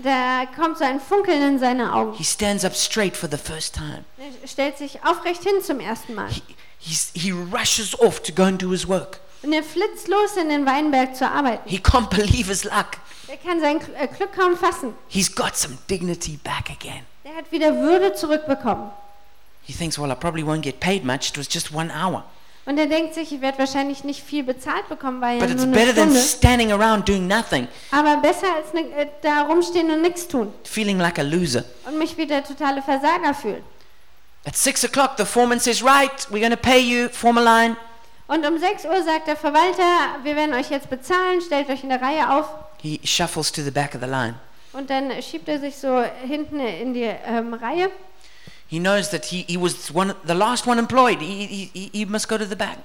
S2: da, da kommt so ein Funkeln in seine Augen.
S1: He stands up straight for the first time.
S2: Er stellt sich aufrecht hin zum ersten Mal.
S1: He, he's, he rushes off to go and do his work.
S2: Und er flitzt los in den Weinberg zu arbeiten.
S1: He can't believe his luck.
S2: Er kann sein Gl- äh, Glück kaum fassen.
S1: He's got some dignity back again.
S2: Der hat wieder Würde zurückbekommen.
S1: He thinks, well, I probably won't get paid much. It was just one hour.
S2: Und er denkt sich, ich werde wahrscheinlich nicht viel bezahlt bekommen, weil ja
S1: But it's
S2: nur eine
S1: better than
S2: Stunde.
S1: standing around doing nothing,
S2: Aber besser als ne, äh, da rumstehen und nichts tun
S1: feeling like a loser.
S2: und mich wie der totale Versager fühlen.
S1: At six o'clock, the foreman says, right, we're going to pay you, form a line.
S2: Und um 6 Uhr sagt der Verwalter, wir werden euch jetzt bezahlen, stellt euch in der Reihe auf.
S1: He shuffles to the back of the line.
S2: Und dann schiebt er sich so hinten in die ähm, Reihe.
S1: He knows that he, he was one, the last one employed. He, he, he- he must go to the back.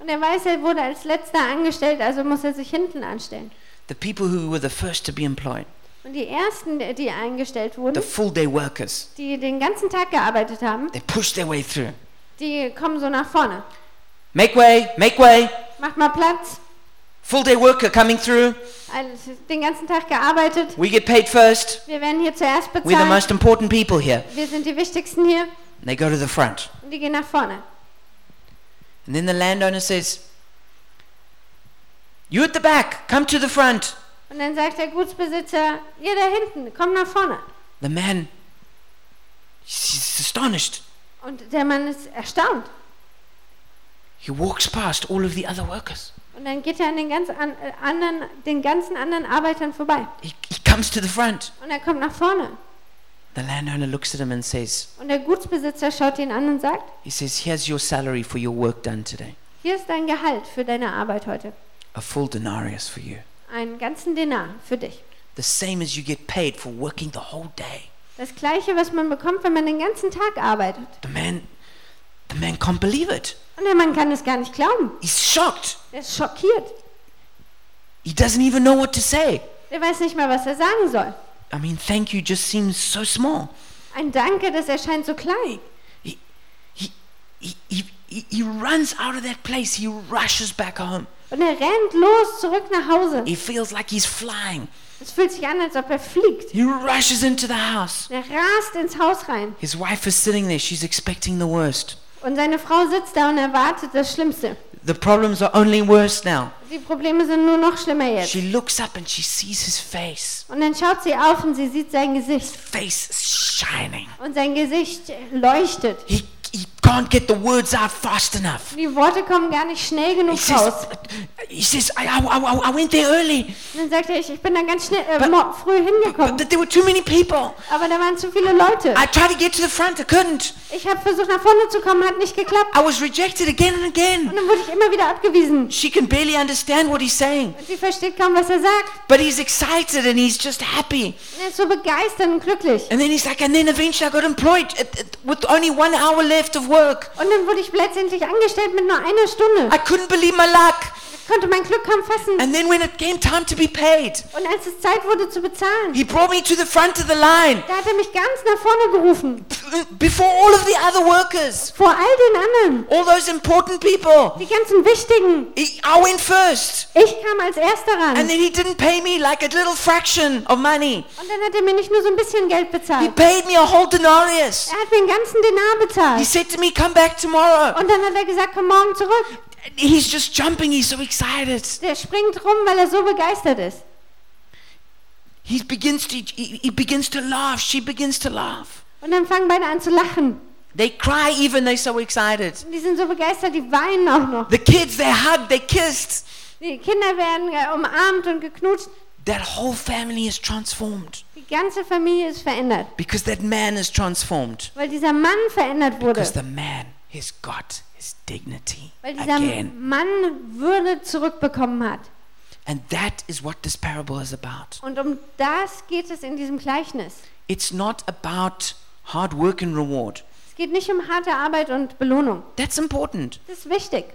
S2: Und er weiß, er wurde als letzter angestellt, also muss er sich hinten anstellen.
S1: The people who were the first to be employed,
S2: Und die ersten, die eingestellt
S1: the
S2: wurden,
S1: full day workers,
S2: die den ganzen Tag gearbeitet haben,
S1: they push their way through.
S2: die kommen so nach vorne.
S1: Make way, make way.
S2: Macht mal Platz.
S1: Full day worker coming through.
S2: Also Den ganzen Tag gearbeitet.
S1: We get paid first.
S2: Wir werden hier zuerst
S1: We're the
S2: bezahlt.
S1: most important people here.
S2: Wir sind die Wichtigsten hier.
S1: And they go to the front.
S2: Und die gehen nach vorne.
S1: And then the landowner says, You at the back, come to the front.
S2: Und dann sagt der Gutsbesitzer, ihr da hinten, kommt nach vorne.
S1: The man, he's astonished.
S2: Und der Mann ist erstaunt.
S1: He walks past all of the other workers.
S2: Und dann geht er an den, ganz an, äh, anderen, den ganzen anderen Arbeitern vorbei.
S1: He, he comes to the front.
S2: Und er kommt nach vorne.
S1: The landowner looks at him and says,
S2: Und der Gutsbesitzer schaut ihn an und sagt,
S1: He says, Here's your salary for your work done today.
S2: hier ist dein Gehalt für deine Arbeit heute.
S1: A full denarius for you.
S2: Einen ganzen Denar für dich.
S1: The same as you get paid for working the whole day.
S2: Das gleiche, was man bekommt, wenn man den ganzen Tag arbeitet.
S1: The man, the man can't believe it.
S2: Und der Mann kann es gar nicht glauben.
S1: He's shocked.
S2: Er ist schockiert.
S1: He doesn't even know what to say.
S2: Er weiß nicht mal, was er sagen soll.
S1: I mean, thank you just seems so small.
S2: Ein Danke, das erscheint so klein.
S1: He, he, he, he, he- he runs out of that place. He rushes back home.
S2: Und er rennt los zurück nach Hause.
S1: He feels like he's flying.
S2: Es fühlt sich an, als ob er fliegt.
S1: He rushes into the house.
S2: Er rast ins Haus rein.
S1: His wife is sitting there. She's expecting the worst.
S2: Und seine Frau sitzt da und erwartet das Schlimmste.
S1: The problems are only worse now.
S2: Die Probleme sind nur noch schlimmer jetzt.
S1: She looks up and she sees his face.
S2: Und dann schaut sie auf und sie sieht sein Gesicht.
S1: Face is shining.
S2: Und sein Gesicht leuchtet.
S1: He, he can't get the words out fast enough.
S2: Die Worte kommen gar nicht schnell
S1: He
S2: genug raus.
S1: says, uh, he says I, I, I, I went there early,
S2: Und dann sagt er, ich, ich bin da ganz schnell äh,
S1: But-
S2: mo- früh
S1: but,
S2: hingekommen.
S1: but there were too many people.
S2: Aber da waren zu viele Leute.
S1: I tried to get to the front, I couldn't.
S2: Ich habe versucht, nach vorne zu kommen, hat nicht geklappt.
S1: I was rejected again and
S2: Und
S1: again.
S2: dann wurde ich immer wieder abgewiesen.
S1: She can barely understand what he's saying,
S2: Und sie versteht kaum, was er sagt.
S1: but he's excited and he's just happy.
S2: Und er ist so begeistert und glücklich.
S1: And then he's like, and then eventually I got employed at, at, with only one hour left of work.
S2: Und dann wurde ich letztendlich angestellt mit nur einer Stunde.
S1: I couldn't believe my luck.
S2: Ich konnte mein Glück kaum fassen.
S1: And then when it came time to be paid,
S2: Und als es Zeit wurde zu bezahlen,
S1: he brought me to the front of the line
S2: da hat er mich ganz nach vorne gerufen.
S1: before all of the other workers,
S2: Vor all den anderen.
S1: all those important people.
S2: Die ganzen Wichtigen.
S1: He, I went first.
S2: Ich kam als Erster ran.
S1: And then he didn't pay me like a little fraction of money.
S2: Und dann hat er mir nicht nur so ein bisschen Geld
S1: He
S2: bezahlt.
S1: paid me a whole denarius.
S2: Er hat mir den ganzen Denar
S1: He
S2: bezahlt.
S1: said to me, Come back tomorrow.
S2: Und dann hat er gesagt, komm morgen zurück.
S1: He's just jumping. He's so excited.
S2: Der springt rum, weil er so begeistert ist.
S1: He begins to, he, he begins to laugh. She begins to laugh.
S2: Und dann fangen beide an zu lachen.
S1: They cry even. They're so excited.
S2: Und die sind so begeistert, die weinen auch noch.
S1: The kids, they hug, they kissed.
S2: Die Kinder werden äh, umarmt und geknutscht.
S1: That whole family is transformed
S2: Die ganze Familie ist verändert,
S1: because that man is transformed.
S2: weil dieser Mann verändert wurde.
S1: Because the man has got his dignity
S2: Weil dieser
S1: again.
S2: Mann Würde zurückbekommen hat.
S1: And that is what this parable is about.
S2: Und um das geht es in diesem Gleichnis.
S1: It's not about hard work and reward.
S2: Es geht nicht um harte Arbeit und Belohnung.
S1: That's important.
S2: Das ist wichtig.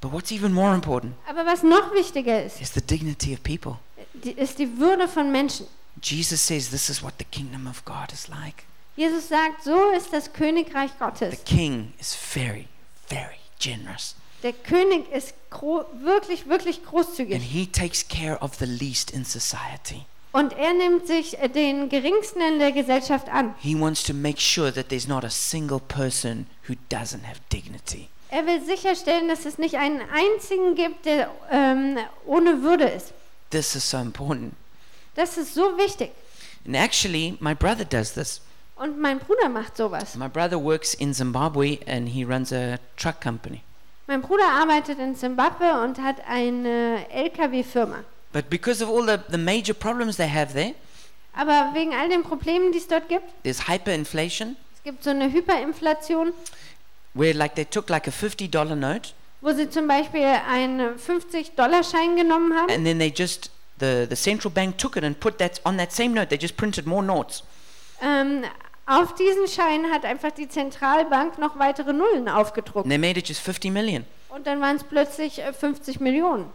S1: But what's even more important
S2: Aber was noch wichtiger ist,
S1: is the dignity of people.
S2: die, ist die Würde von Menschen.
S1: Jesus says this is what the kingdom of God is like.
S2: Jesus sagt, so ist das Königreich
S1: The
S2: Gottes.
S1: king is very, very generous.
S2: Der König ist gro wirklich, wirklich
S1: And
S2: großzügig.
S1: he takes care of the least in society.
S2: Und er nimmt sich äh, den Geringsten in der Gesellschaft an.
S1: He wants to make sure that there's not a single person who doesn't have dignity.
S2: Er will sicherstellen, dass es nicht einen einzigen gibt, der ähm, ohne Würde ist.
S1: This is so important.
S2: Das ist so wichtig.
S1: And actually, my brother does this.
S2: Und mein Bruder macht sowas.
S1: My brother works in Zimbabwe and he runs a truck company.
S2: Mein Bruder arbeitet in Zimbabwe und hat eine LKW-Firma.
S1: But because of all the, the major problems they have there,
S2: Aber wegen all den Problemen, die es dort gibt,
S1: there's hyperinflation,
S2: es gibt so eine Hyperinflation,
S1: where like they took like a fifty dollar note
S2: wo sie zum Beispiel einen 50-Dollar-Schein genommen haben
S1: and then they just the, the central bank took it and put that on that same note, they just printed more notes.
S2: ähm, auf diesen Schein hat einfach die Zentralbank noch weitere Nullen
S1: And
S2: aufgedruckt.
S1: they made it just fifty million.
S2: Und dann waren es plötzlich äh, 50 Millionen.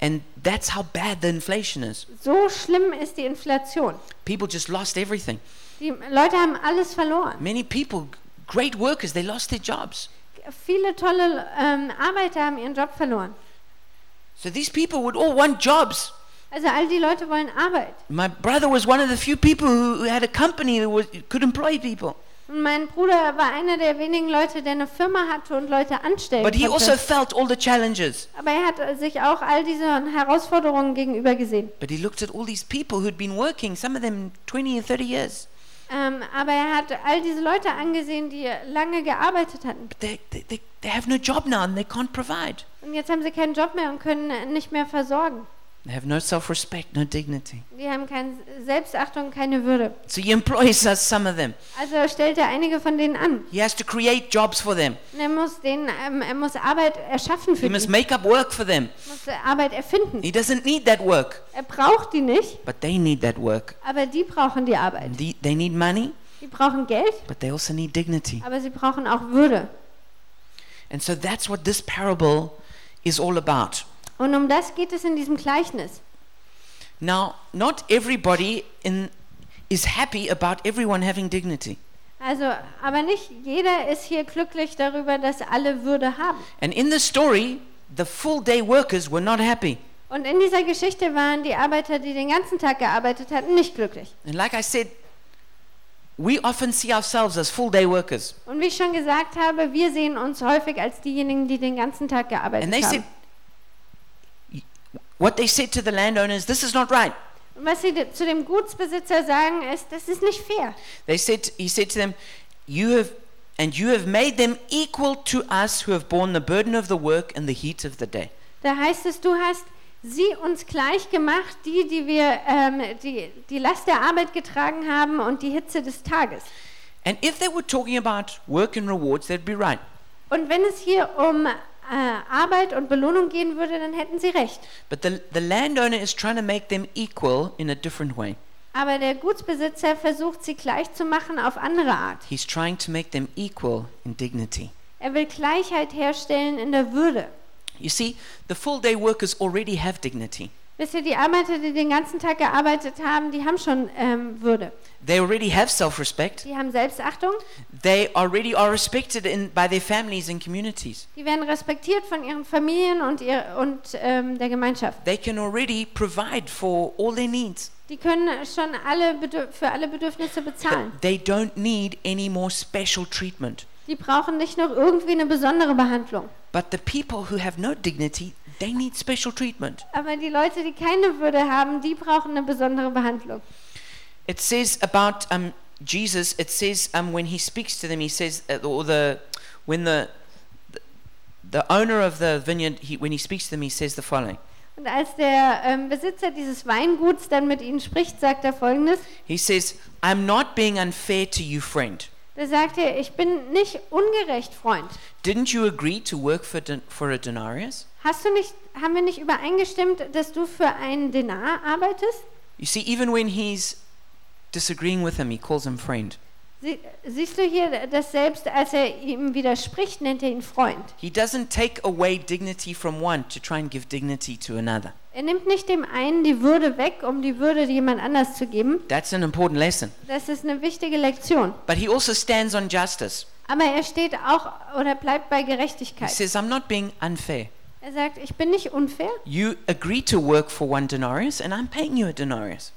S1: And that's how bad the inflation is.
S2: So schlimm ist die Inflation.
S1: People just lost everything.
S2: Die Leute haben alles verloren.
S1: Many people, great workers, they lost their jobs.
S2: Viele tolle ähm, Arbeiter haben ihren Job verloren.
S1: So these people would all want jobs.
S2: Also all die Leute wollen Arbeit.
S1: My brother was one of the few people who who had a company that was, could employ people.
S2: Und mein Bruder war einer der wenigen Leute, der eine Firma hatte und Leute anstellen
S1: But he also
S2: konnte.
S1: felt all the challenges.
S2: Aber er hat äh, sich auch all diesen Herausforderungen gegenüber gesehen.
S1: But he looked at all these people who'd been working, some of them 20 and 30 years.
S2: Ähm, aber er hat all diese Leute angesehen, die lange gearbeitet hatten.
S1: But they, they, they, they have no job now and they can't provide.
S2: Und jetzt haben sie keinen Job äh, mehr und können nicht mehr versorgen.
S1: They have no self respect, no dignity.
S2: Die haben keine Selbstachtung, keine Würde.
S1: So he employs us, some of them.
S2: Also stellt er einige von denen an.
S1: He has to create jobs for them,
S2: Und Er muss, denen, ähm, er muss Arbeit erschaffen für
S1: he
S2: die.
S1: must
S2: Er
S1: make up work for them.
S2: muss äh, Arbeit erfinden.
S1: He doesn't need that work,
S2: Er braucht die nicht,
S1: but they need that work.
S2: aber die brauchen die Arbeit.
S1: The- They need money,
S2: Die brauchen Geld,
S1: but they also need dignity.
S2: aber sie brauchen auch Würde.
S1: And so that's what this parable is all about.
S2: Und um das geht es in diesem Gleichnis.
S1: Now, not everybody in, is happy about everyone having dignity.
S2: Also, aber nicht jeder ist hier glücklich darüber, dass alle Würde haben.
S1: And in the story, the full day workers were not happy.
S2: Und in dieser Geschichte waren die Arbeiter, die den ganzen Tag gearbeitet hatten, nicht glücklich.
S1: And like I said, we often see ourselves as full day workers.
S2: Und wie ich schon gesagt habe, wir sehen uns häufig als diejenigen, die den ganzen Tag
S1: And
S2: gearbeitet
S1: they said,
S2: haben.
S1: what they said to the landowners, this is not right.
S2: Und was sie de- zu dem Gutsbesitzer sagen, ist, das ist nicht fair.
S1: They said, he said to them, you have, and you have made them equal to us who have borne the burden of the work and the heat of the day.
S2: Da heißt es, du hast sie uns gleich gemacht, die, die wir ähm, die, die Last der Arbeit getragen haben und die Hitze des Tages.
S1: And if they were talking about work and rewards, that'd be right.
S2: Und wenn es hier um äh, Arbeit und Belohnung gehen würde, dann hätten sie recht.
S1: But the, the landowner is trying to make them equal in a different way.
S2: Aber der Gutsbesitzer versucht, sie gleich zu machen auf andere Art.
S1: He's trying to make them equal in dignity.
S2: Er will Gleichheit herstellen in der Würde.
S1: You see, the full day workers already have dignity.
S2: Wisst ihr, die Arbeiter, die den ganzen Tag gearbeitet haben, die haben schon ähm, Würde.
S1: They already have self respect.
S2: Die haben Selbstachtung,
S1: They already are respected in, by their families and communities.
S2: die werden respektiert von ihren Familien und, ihr, und ähm, der Gemeinschaft.
S1: They can already provide for all their needs.
S2: Die können schon alle Bedür- für alle Bedürfnisse bezahlen.
S1: They don't need any more special treatment.
S2: Die brauchen nicht noch irgendwie eine besondere Behandlung.
S1: But the people who have no dignity, they need special treatment.
S2: Aber die Leute, die keine Würde haben, die brauchen eine besondere Behandlung.
S1: It says about um, Jesus. It says um, when he speaks to them, he says, uh, or the when the the owner of the vineyard, he, when he speaks to them, he says the following.
S2: Und als der ähm, Besitzer dieses Weinguts dann mit ihnen spricht, sagt er folgendes.
S1: He says, "I'm not being unfair to you, friend.
S2: Da sagt er, ich bin nicht ungerecht, Freund.
S1: Didn't you agree to work for den- for a denarius?
S2: Hast du nicht, haben wir nicht übereingestimmt, dass du für einen Denar arbeitest?
S1: You see, even when he's disagreeing with him, he calls him friend.
S2: Sie, siehst du hier, dass selbst als er ihm widerspricht, nennt er ihn Freund.
S1: He doesn't take away dignity from one to try and give dignity to another.
S2: Er nimmt nicht dem einen die Würde weg, um die Würde jemand anders zu geben.
S1: That's an important lesson.
S2: Das ist eine wichtige Lektion.
S1: But he also stands on justice.
S2: Aber er steht auch oder bleibt bei
S1: He
S2: Gerechtigkeit.
S1: says, "I'm not being unfair."
S2: Er sagt, ich bin nicht unfair.
S1: You agree to work for one denarius, and I'm paying you a denarius.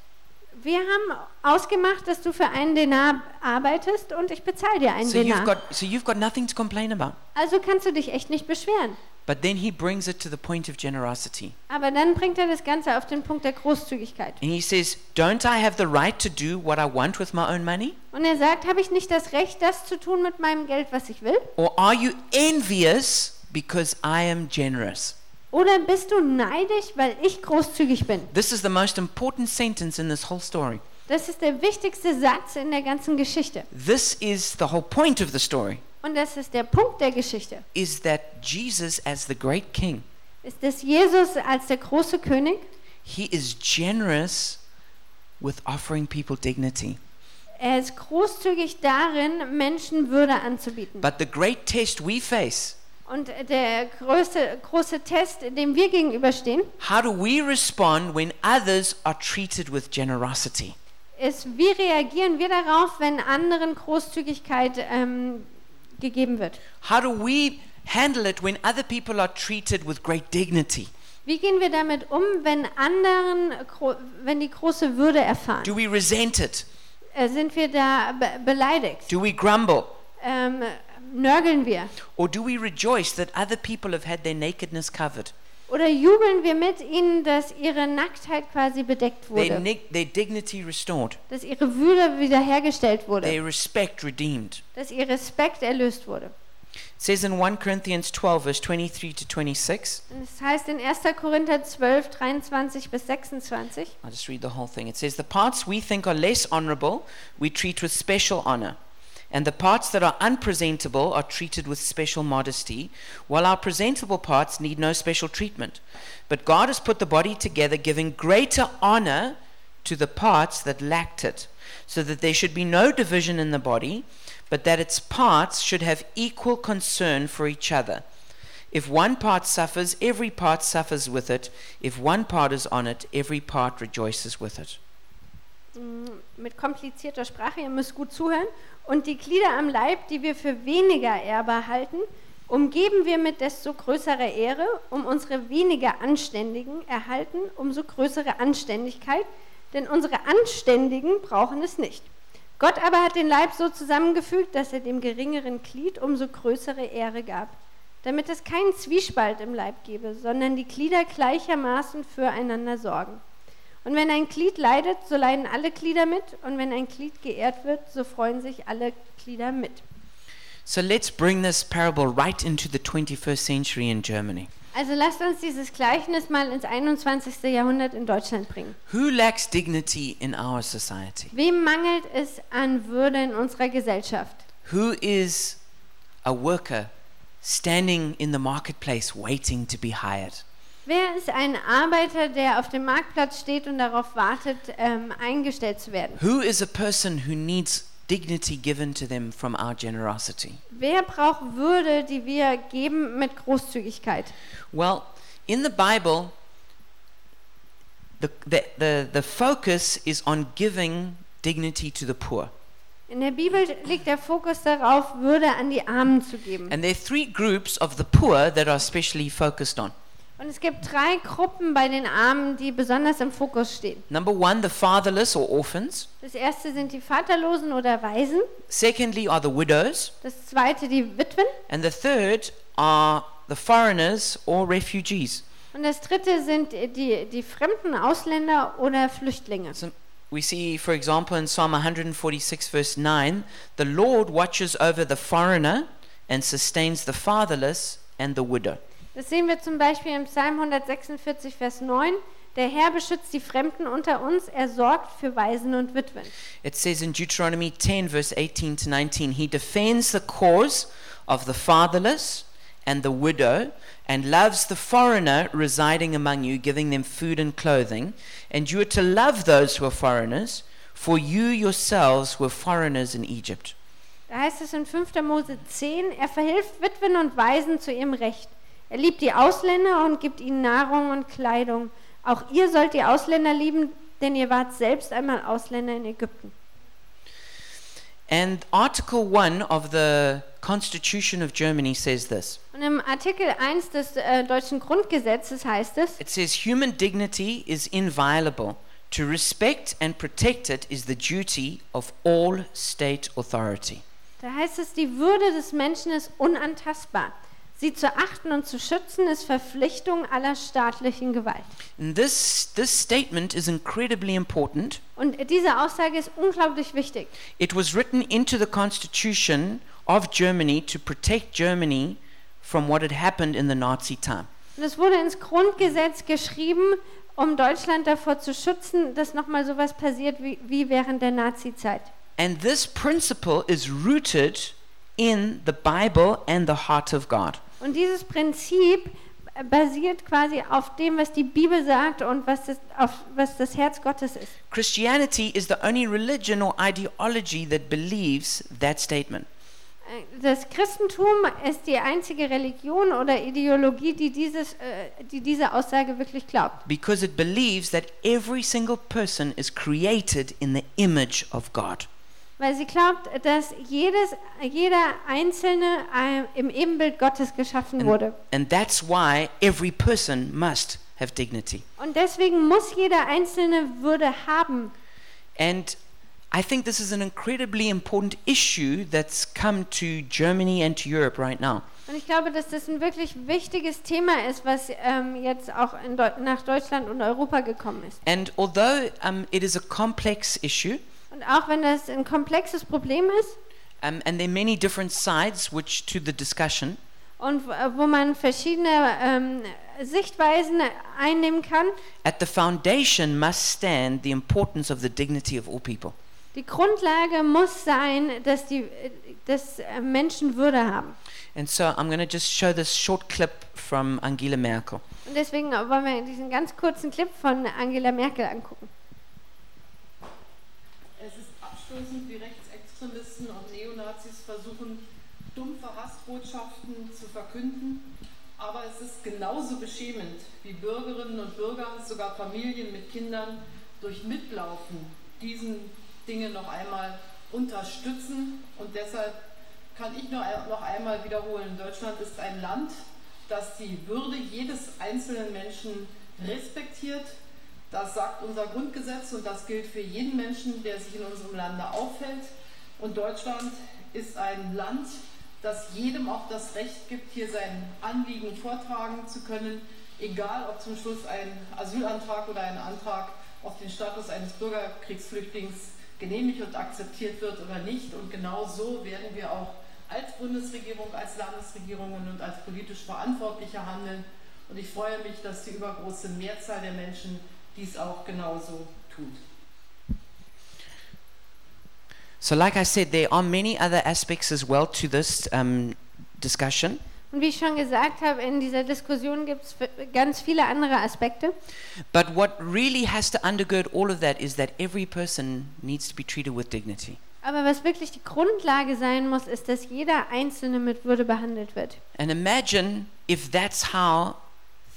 S2: Wir haben ausgemacht, dass du für einen Denar arbeitest und ich bezahle dir einen
S1: So you've
S2: Denar.
S1: got so you've got nothing to complain about.
S2: Also kannst du dich echt nicht beschweren.
S1: But then he brings it to the point of generosity,
S2: Aber dann bringt er das Ganze auf den Punkt der Großzügigkeit.
S1: and he says, "Don't I have the right to do what I want with my own money?
S2: Und er sagt, habe ich nicht das Recht, das zu tun mit meinem Geld, was ich will?
S1: Or are you envious because I am generous?"
S2: Oder bist du neidisch, weil ich großzügig bin?
S1: This is the most important sentence in this whole story.
S2: Das ist der wichtigste Satz in der ganzen Geschichte.
S1: This is the whole point of the story:
S2: Und das ist der Punkt der Geschichte.
S1: is that Jesus, as the great King,
S2: Ist, dass Jesus als der große König,
S1: he is generous with offering people dignity.
S2: er ist großzügig darin, Menschen Würde anzubieten.
S1: But the great test we face
S2: Und der größte, große Test, dem wir gegenüberstehen,
S1: How do we respond when others are treated with generosity?
S2: ist, wie reagieren wir darauf, wenn anderen Großzügigkeit ähm, gegeben wird?
S1: How do we handle it when other people are treated with great dignity?
S2: Wie gehen wir damit um, wenn anderen, gro- wenn die große Würde erfahren?
S1: Do we resent it?
S2: Äh, sind wir da be beleidigt?
S1: Do we grumble?
S2: Ähm, nörgeln wir?
S1: Or do we rejoice that other people have had their nakedness covered,
S2: Oder jubeln wir mit ihnen, dass ihre Nacktheit quasi bedeckt
S1: their,
S2: wurde?
S1: ni- their dignity restored,
S2: Dass ihre Würde wiederhergestellt wurde?
S1: their respect redeemed?
S2: Dass ihr Respekt erlöst wurde?
S1: It says in 1 Corinthians 12, verse 23 to 26.
S2: Und es heißt in 1. Korinther 12, 23 bis 26,
S1: I'll just read the whole thing. It says, The parts we think are less honorable, we treat with special honor. And the parts that are unpresentable are treated with special modesty, while our presentable parts need no special treatment. But God has put the body together, giving greater honor to the parts that lacked it, so that there should be no division in the body, but that its parts should have equal concern for each other. If one part suffers, every part suffers with it. If one part is honored, every part rejoices with it.
S2: mm, mit komplizierter Sprache, ihr müsst gut zuhören, und die Glieder am Leib, die wir für weniger ehrbar halten, umgeben wir mit desto größerer Ehre, um unsere weniger Anständigen erhalten, umso größere Anständigkeit, denn unsere Anständigen brauchen es nicht. Gott aber hat den Leib so zusammengefügt, dass er dem geringeren Glied umso größere Ehre gab, damit es keinen Zwiespalt im Leib gebe, sondern die Glieder gleichermaßen füreinander sorgen. Und wenn ein Glied leidet, so leiden alle Glieder mit. Und wenn ein Glied geehrt wird, so freuen sich alle Glieder mit.
S1: So let's bring this parable right into the 21st century in Germany.
S2: Also lasst uns dieses Gleichnis mal ins 21. Jahrhundert in Deutschland bringen.
S1: Who lacks dignity in our society?
S2: Wem mangelt es an Würde in unserer Gesellschaft?
S1: Who is a worker standing in the marketplace waiting to be hired?
S2: Wer ist ein Arbeiter, der auf dem Marktplatz steht und darauf wartet, ähm, eingestellt zu werden?
S1: Who is a person who needs dignity given to them from our generosity?
S2: Wer braucht Würde, die wir geben mit Großzügigkeit?
S1: Well, in the Bible, the, the, the, the focus is on giving dignity to the poor.
S2: In der Bibel liegt der Fokus darauf, Würde an die Armen zu geben.
S1: And there are three groups of the poor that are especially focused on.
S2: Und es gibt drei Gruppen bei den Armen, die besonders im Fokus stehen.
S1: Number one, the fatherless or orphans.
S2: Das erste sind die Vaterlosen oder Waisen,
S1: Secondly, are the widows.
S2: das zweite die Witwen
S1: And the third are the foreigners or refugees.
S2: und das dritte sind die, die fremden Ausländer oder Flüchtlinge.
S1: So we see, for example, in Psalm 146, verse 9, the Lord watches over the foreigner and sustains the fatherless and the widow.
S2: Das sehen wir zum Beispiel im Psalm 146, Vers 9. Der Herr beschützt die Fremden unter uns, er sorgt für Waisen und Witwen.
S1: It says in Deuteronomy 10, verse 18 to 19, He defends the cause of the fatherless and the widow, and loves the foreigner residing among you, giving them food and clothing. And you are to love those who are foreigners, for you yourselves were foreigners in Egypt.
S2: Da heißt es in 5. Mose 10, er verhilft Witwen und Waisen zu ihrem Recht. Er liebt die Ausländer und gibt ihnen Nahrung und Kleidung. Auch ihr sollt die Ausländer lieben, denn ihr wart selbst einmal Ausländer in Ägypten.
S1: And Article 1 of the Constitution of Germany says this
S2: Und im Artikel 1 des äh, deutschen Grundgesetzes heißt es,
S1: It says, Human dignity is inviolable. To respect and protect it is the duty of all state authority.
S2: da heißt es, die Würde des Menschen ist unantastbar. Sie zu achten und zu schützen ist Verpflichtung aller staatlichen Gewalt.
S1: And this, this statement is incredibly important.
S2: Und diese Aussage ist unglaublich wichtig.
S1: It was written into the Constitution of Germany to protect Germany from what had happened in the Nazi time.
S2: Und es wurde ins Grundgesetz geschrieben, um Deutschland davor zu schützen, dass nochmal sowas passiert wie, wie während der Nazizeit.
S1: And this principle is rooted in the Bible and the heart of God.
S2: Und dieses Prinzip äh, basiert quasi auf dem, was die Bibel sagt und was das, auf, was das Herz Gottes ist.
S1: Christianity is the only religion or ideology that believes that statement.
S2: Äh, Das Christentum ist die einzige Religion oder Ideologie, die, dieses, äh, die diese Aussage wirklich glaubt.
S1: because it believes that every single person is created in the image of God.
S2: Weil sie glaubt, dass jedes, jeder Einzelne äh, im Ebenbild Gottes geschaffen wurde.
S1: And that's why every person must have dignity.
S2: Und deswegen muss jeder Einzelne Würde haben.
S1: And I think this is an incredibly important issue that's come to Germany and to Europe right now.
S2: Und ich glaube, dass das ein wirklich wichtiges Thema ist, was ähm, jetzt auch in Deu nach Deutschland und Europa gekommen ist.
S1: And although um, it is a complex issue,
S2: Und auch wenn das ein komplexes Problem ist,
S1: Um, and there are many different sides which to the discussion.
S2: und w- wo man verschiedene ähm, Sichtweisen einnehmen kann.
S1: At the foundation must stand the importance of the dignity of all people.
S2: Die Grundlage muss sein, dass die dass äh, Menschen Würde haben.
S1: And so I'm going to just show this short clip from Angela Merkel.
S2: Und deswegen wollen wir diesen ganz kurzen Clip von Angela Merkel angucken.
S3: Es ist abstoßend, wie Rechtsextremisten und Neonazis versuchen, dumpfe Hassbotschaften zu verkünden. Aber es ist genauso beschämend, wie Bürgerinnen und Bürger, sogar Familien mit Kindern, durch Mitlaufen diesen Dinge noch einmal unterstützen. Und deshalb kann ich nur ein- noch einmal wiederholen, Deutschland ist ein Land, das die Würde jedes einzelnen Menschen respektiert das sagt unser Grundgesetz und das gilt für jeden Menschen, der sich in unserem Lande aufhält. Und Deutschland ist ein Land, das jedem auch das Recht gibt, hier sein Anliegen vortragen zu können, egal ob zum Schluss ein Asylantrag oder ein Antrag auf den Status eines Bürgerkriegsflüchtlings genehmigt und akzeptiert wird oder nicht. Und genau so werden wir auch als Bundesregierung, als Landesregierungen und als politisch Verantwortliche handeln. Und ich freue mich, dass die übergroße Mehrzahl der Menschen dies auch genauso tut.
S1: So, like I said, there are many other aspects as well to this um, discussion.
S2: Und wie ich schon gesagt habe, in dieser Diskussion gibt es ganz viele andere Aspekte.
S1: But what really has to undergird all of that is that every person needs to be treated with dignity.
S2: Aber was wirklich die Grundlage sein muss, ist, dass jeder Einzelne mit Würde behandelt wird.
S1: And imagine if that's how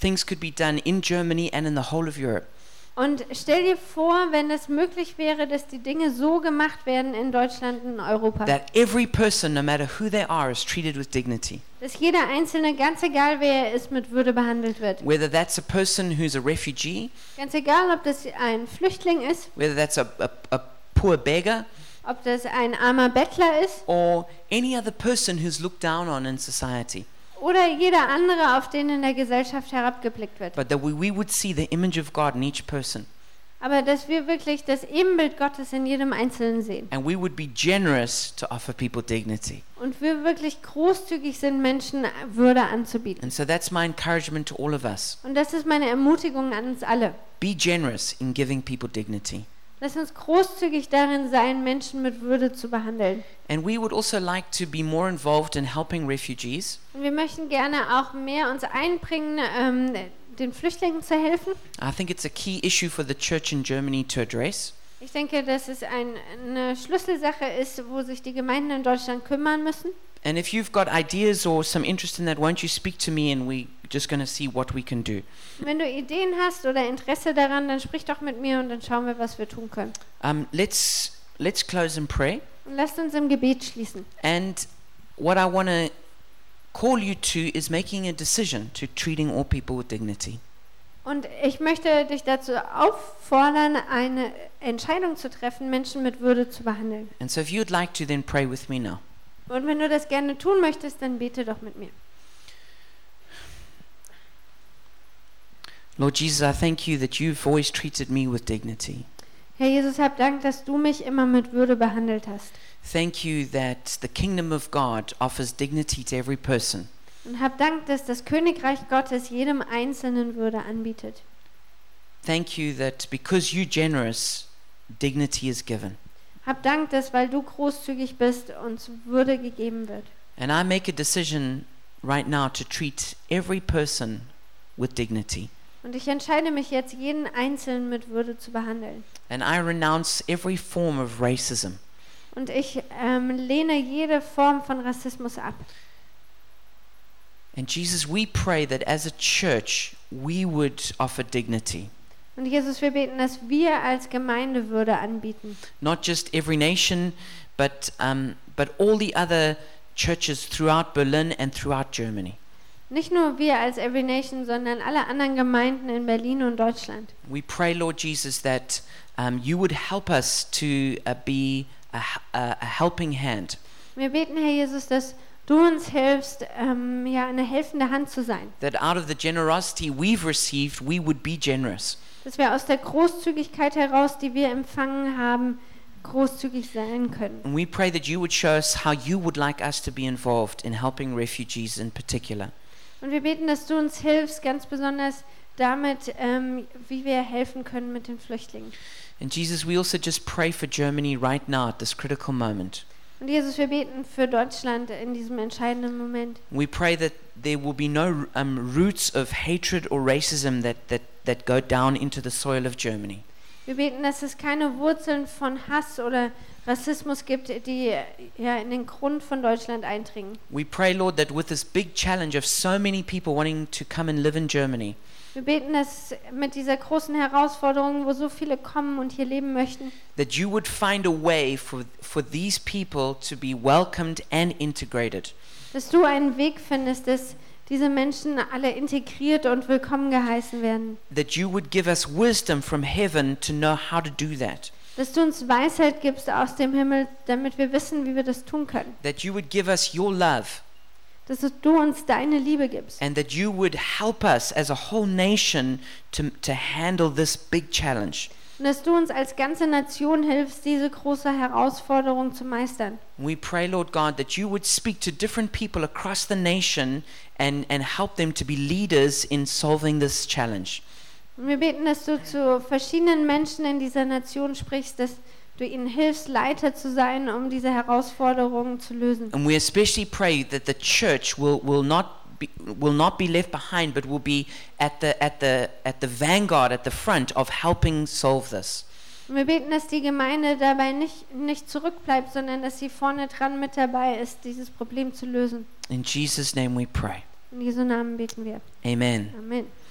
S1: things could be done in Germany and in the whole of Europe.
S2: Und stell dir vor, wenn es möglich wäre, dass die Dinge so gemacht werden in Deutschland und in Europa.
S1: That every person, no matter who they are, is treated with dignity.
S2: Dass jeder Einzelne, ganz egal wer er ist, mit Würde behandelt wird.
S1: Whether that's a person who's a refugee,
S2: Ganz egal, ob das ein Flüchtling ist,
S1: whether that's a, a, a poor beggar,
S2: ob das ein armer Bettler ist
S1: or any other person who's looked down on in society.
S2: oder jeder andere, auf den in der Gesellschaft herabgeblickt wird.
S1: But that we, we would see the image of God in each person.
S2: Aber dass wir wirklich das Ebenbild Gottes in jedem Einzelnen sehen.
S1: And we would be generous to offer people dignity.
S2: Und wir wirklich großzügig sind, Menschen Würde anzubieten.
S1: And so that's my encouragement to all of us.
S2: Und das ist meine Ermutigung an uns alle.
S1: Be generous in giving people dignity.
S2: Lass uns großzügig darin sein, Menschen mit Würde zu behandeln.
S1: And we would also like to be more involved in helping refugees.
S2: Und wir möchten gerne auch mehr uns einbringen, ähm, den Flüchtlingen zu helfen.
S1: I think it's a key issue for the church in Germany to address.
S2: Ich denke, dass es ein, eine Schlüsselsache ist, wo sich die Gemeinden in Deutschland kümmern müssen.
S1: And if you've got ideas or some interest in that, won't you speak to me and we're just going to see what we can do.
S2: Wenn du Ideen hast oder Interesse daran, dann sprich doch mit mir und dann schauen wir, was wir tun können.
S1: Um, let's, let's close in prayer.
S2: Und lasst uns im Gebet schließen.
S1: And what I want to call you to is making a decision to treating all people with dignity.
S2: Und ich möchte dich dazu auffordern, eine Entscheidung zu treffen, Menschen mit Würde zu behandeln.
S1: And so if you'd like to, then pray with me now.
S2: Und wenn du das gerne tun möchtest, dann bete doch mit mir.
S1: Lord Jesus, I thank you that you've always treated me with dignity.
S2: Herr Jesus, hab Dank, dass du mich immer mit Würde behandelt hast.
S1: Thank you that the kingdom of God offers dignity to every person.
S2: Und hab Dank, dass das Königreich Gottes jedem Einzelnen Würde anbietet.
S1: Thank you that because you're generous, dignity is given.
S2: Hab Dank, dass weil du großzügig bist, uns Würde gegeben wird.
S1: And I make a decision right now to treat every person with dignity.
S2: Und ich entscheide mich jetzt, jeden Einzelnen mit Würde zu behandeln.
S1: And I renounce every form of racism.
S2: Und ich ähm, lehne jede Form von Rassismus ab.
S1: And Jesus, we pray that as a church, we would offer dignity.
S2: Und Jesus, wir beten, dass wir als Gemeinde Würde anbieten.
S1: Not just every nation, but, um, but all the other churches throughout Berlin and throughout Germany.
S2: Nicht nur wir als Every Nation, sondern alle anderen Gemeinden in Berlin und Deutschland.
S1: We pray, Lord Jesus, that um, you would help us to uh, be a, h- a- a helping hand.
S2: Wir beten, Herr Jesus, dass du uns hilfst, ähm, ja, eine helfende Hand zu sein.
S1: That out of the generosity we've received, we would be generous.
S2: Dass wir aus der Großzügigkeit heraus, die wir empfangen haben, großzügig sein können.
S1: And we pray that you would show us how you would like us to be involved in helping refugees in particular.
S2: Und wir beten, dass du uns hilfst, ganz besonders damit, ähm, wie wir helfen können mit den Flüchtlingen.
S1: And Jesus, we also just pray for Germany right now at this critical moment.
S2: Und Jesus, wir beten für Deutschland in diesem entscheidenden Moment.
S1: We pray that there will be no um, roots of hatred or racism that, that, that go down into the soil of Germany.
S2: Wir beten, dass es keine Wurzeln von Hass oder Rassismus gibt, die äh, ja, in den Grund von Deutschland eindringen.
S1: We pray, Lord, that with this big challenge of so many people wanting to come and live in Germany,
S2: Wir beten, dass mit dieser großen Herausforderung, wo so viele kommen und hier leben möchten,
S1: that you would find a way for, for these people to be welcomed and integrated.
S2: dass du einen Weg findest, dass diese Menschen alle integriert und willkommen geheißen werden.
S1: That you would give us wisdom from heaven to know how to do that.
S2: Dass du uns Weisheit gibst aus dem Himmel, damit wir wissen, wie wir das tun können.
S1: That you would give us your love.
S2: Dass du uns deine Liebe gibst.
S1: and that you would help us as a whole nation to, to handle this big challenge.
S2: Und dass du uns als ganze Nation hilfst, diese große Herausforderung zu meistern.
S1: We pray, Lord God, that you would speak to different people across the nation and, and help them to be leaders in solving this challenge.
S2: Und wir beten, dass du zu verschiedenen Menschen in dieser Nation sprichst, dass du ihnen hilfst, Leiter zu sein, um diese Herausforderungen zu lösen.
S1: And we especially pray that the church will, will not be will not be left behind but will be at the at the at the vanguard at the front of helping solve this.
S2: Und wir beten, dass die Gemeinde dabei nicht, nicht zurückbleibt, sondern dass sie vorne dran mit dabei ist, dieses Problem zu lösen.
S1: In Jesus name we pray.
S2: In Jesu Namen beten wir.
S1: Amen.
S2: Amen.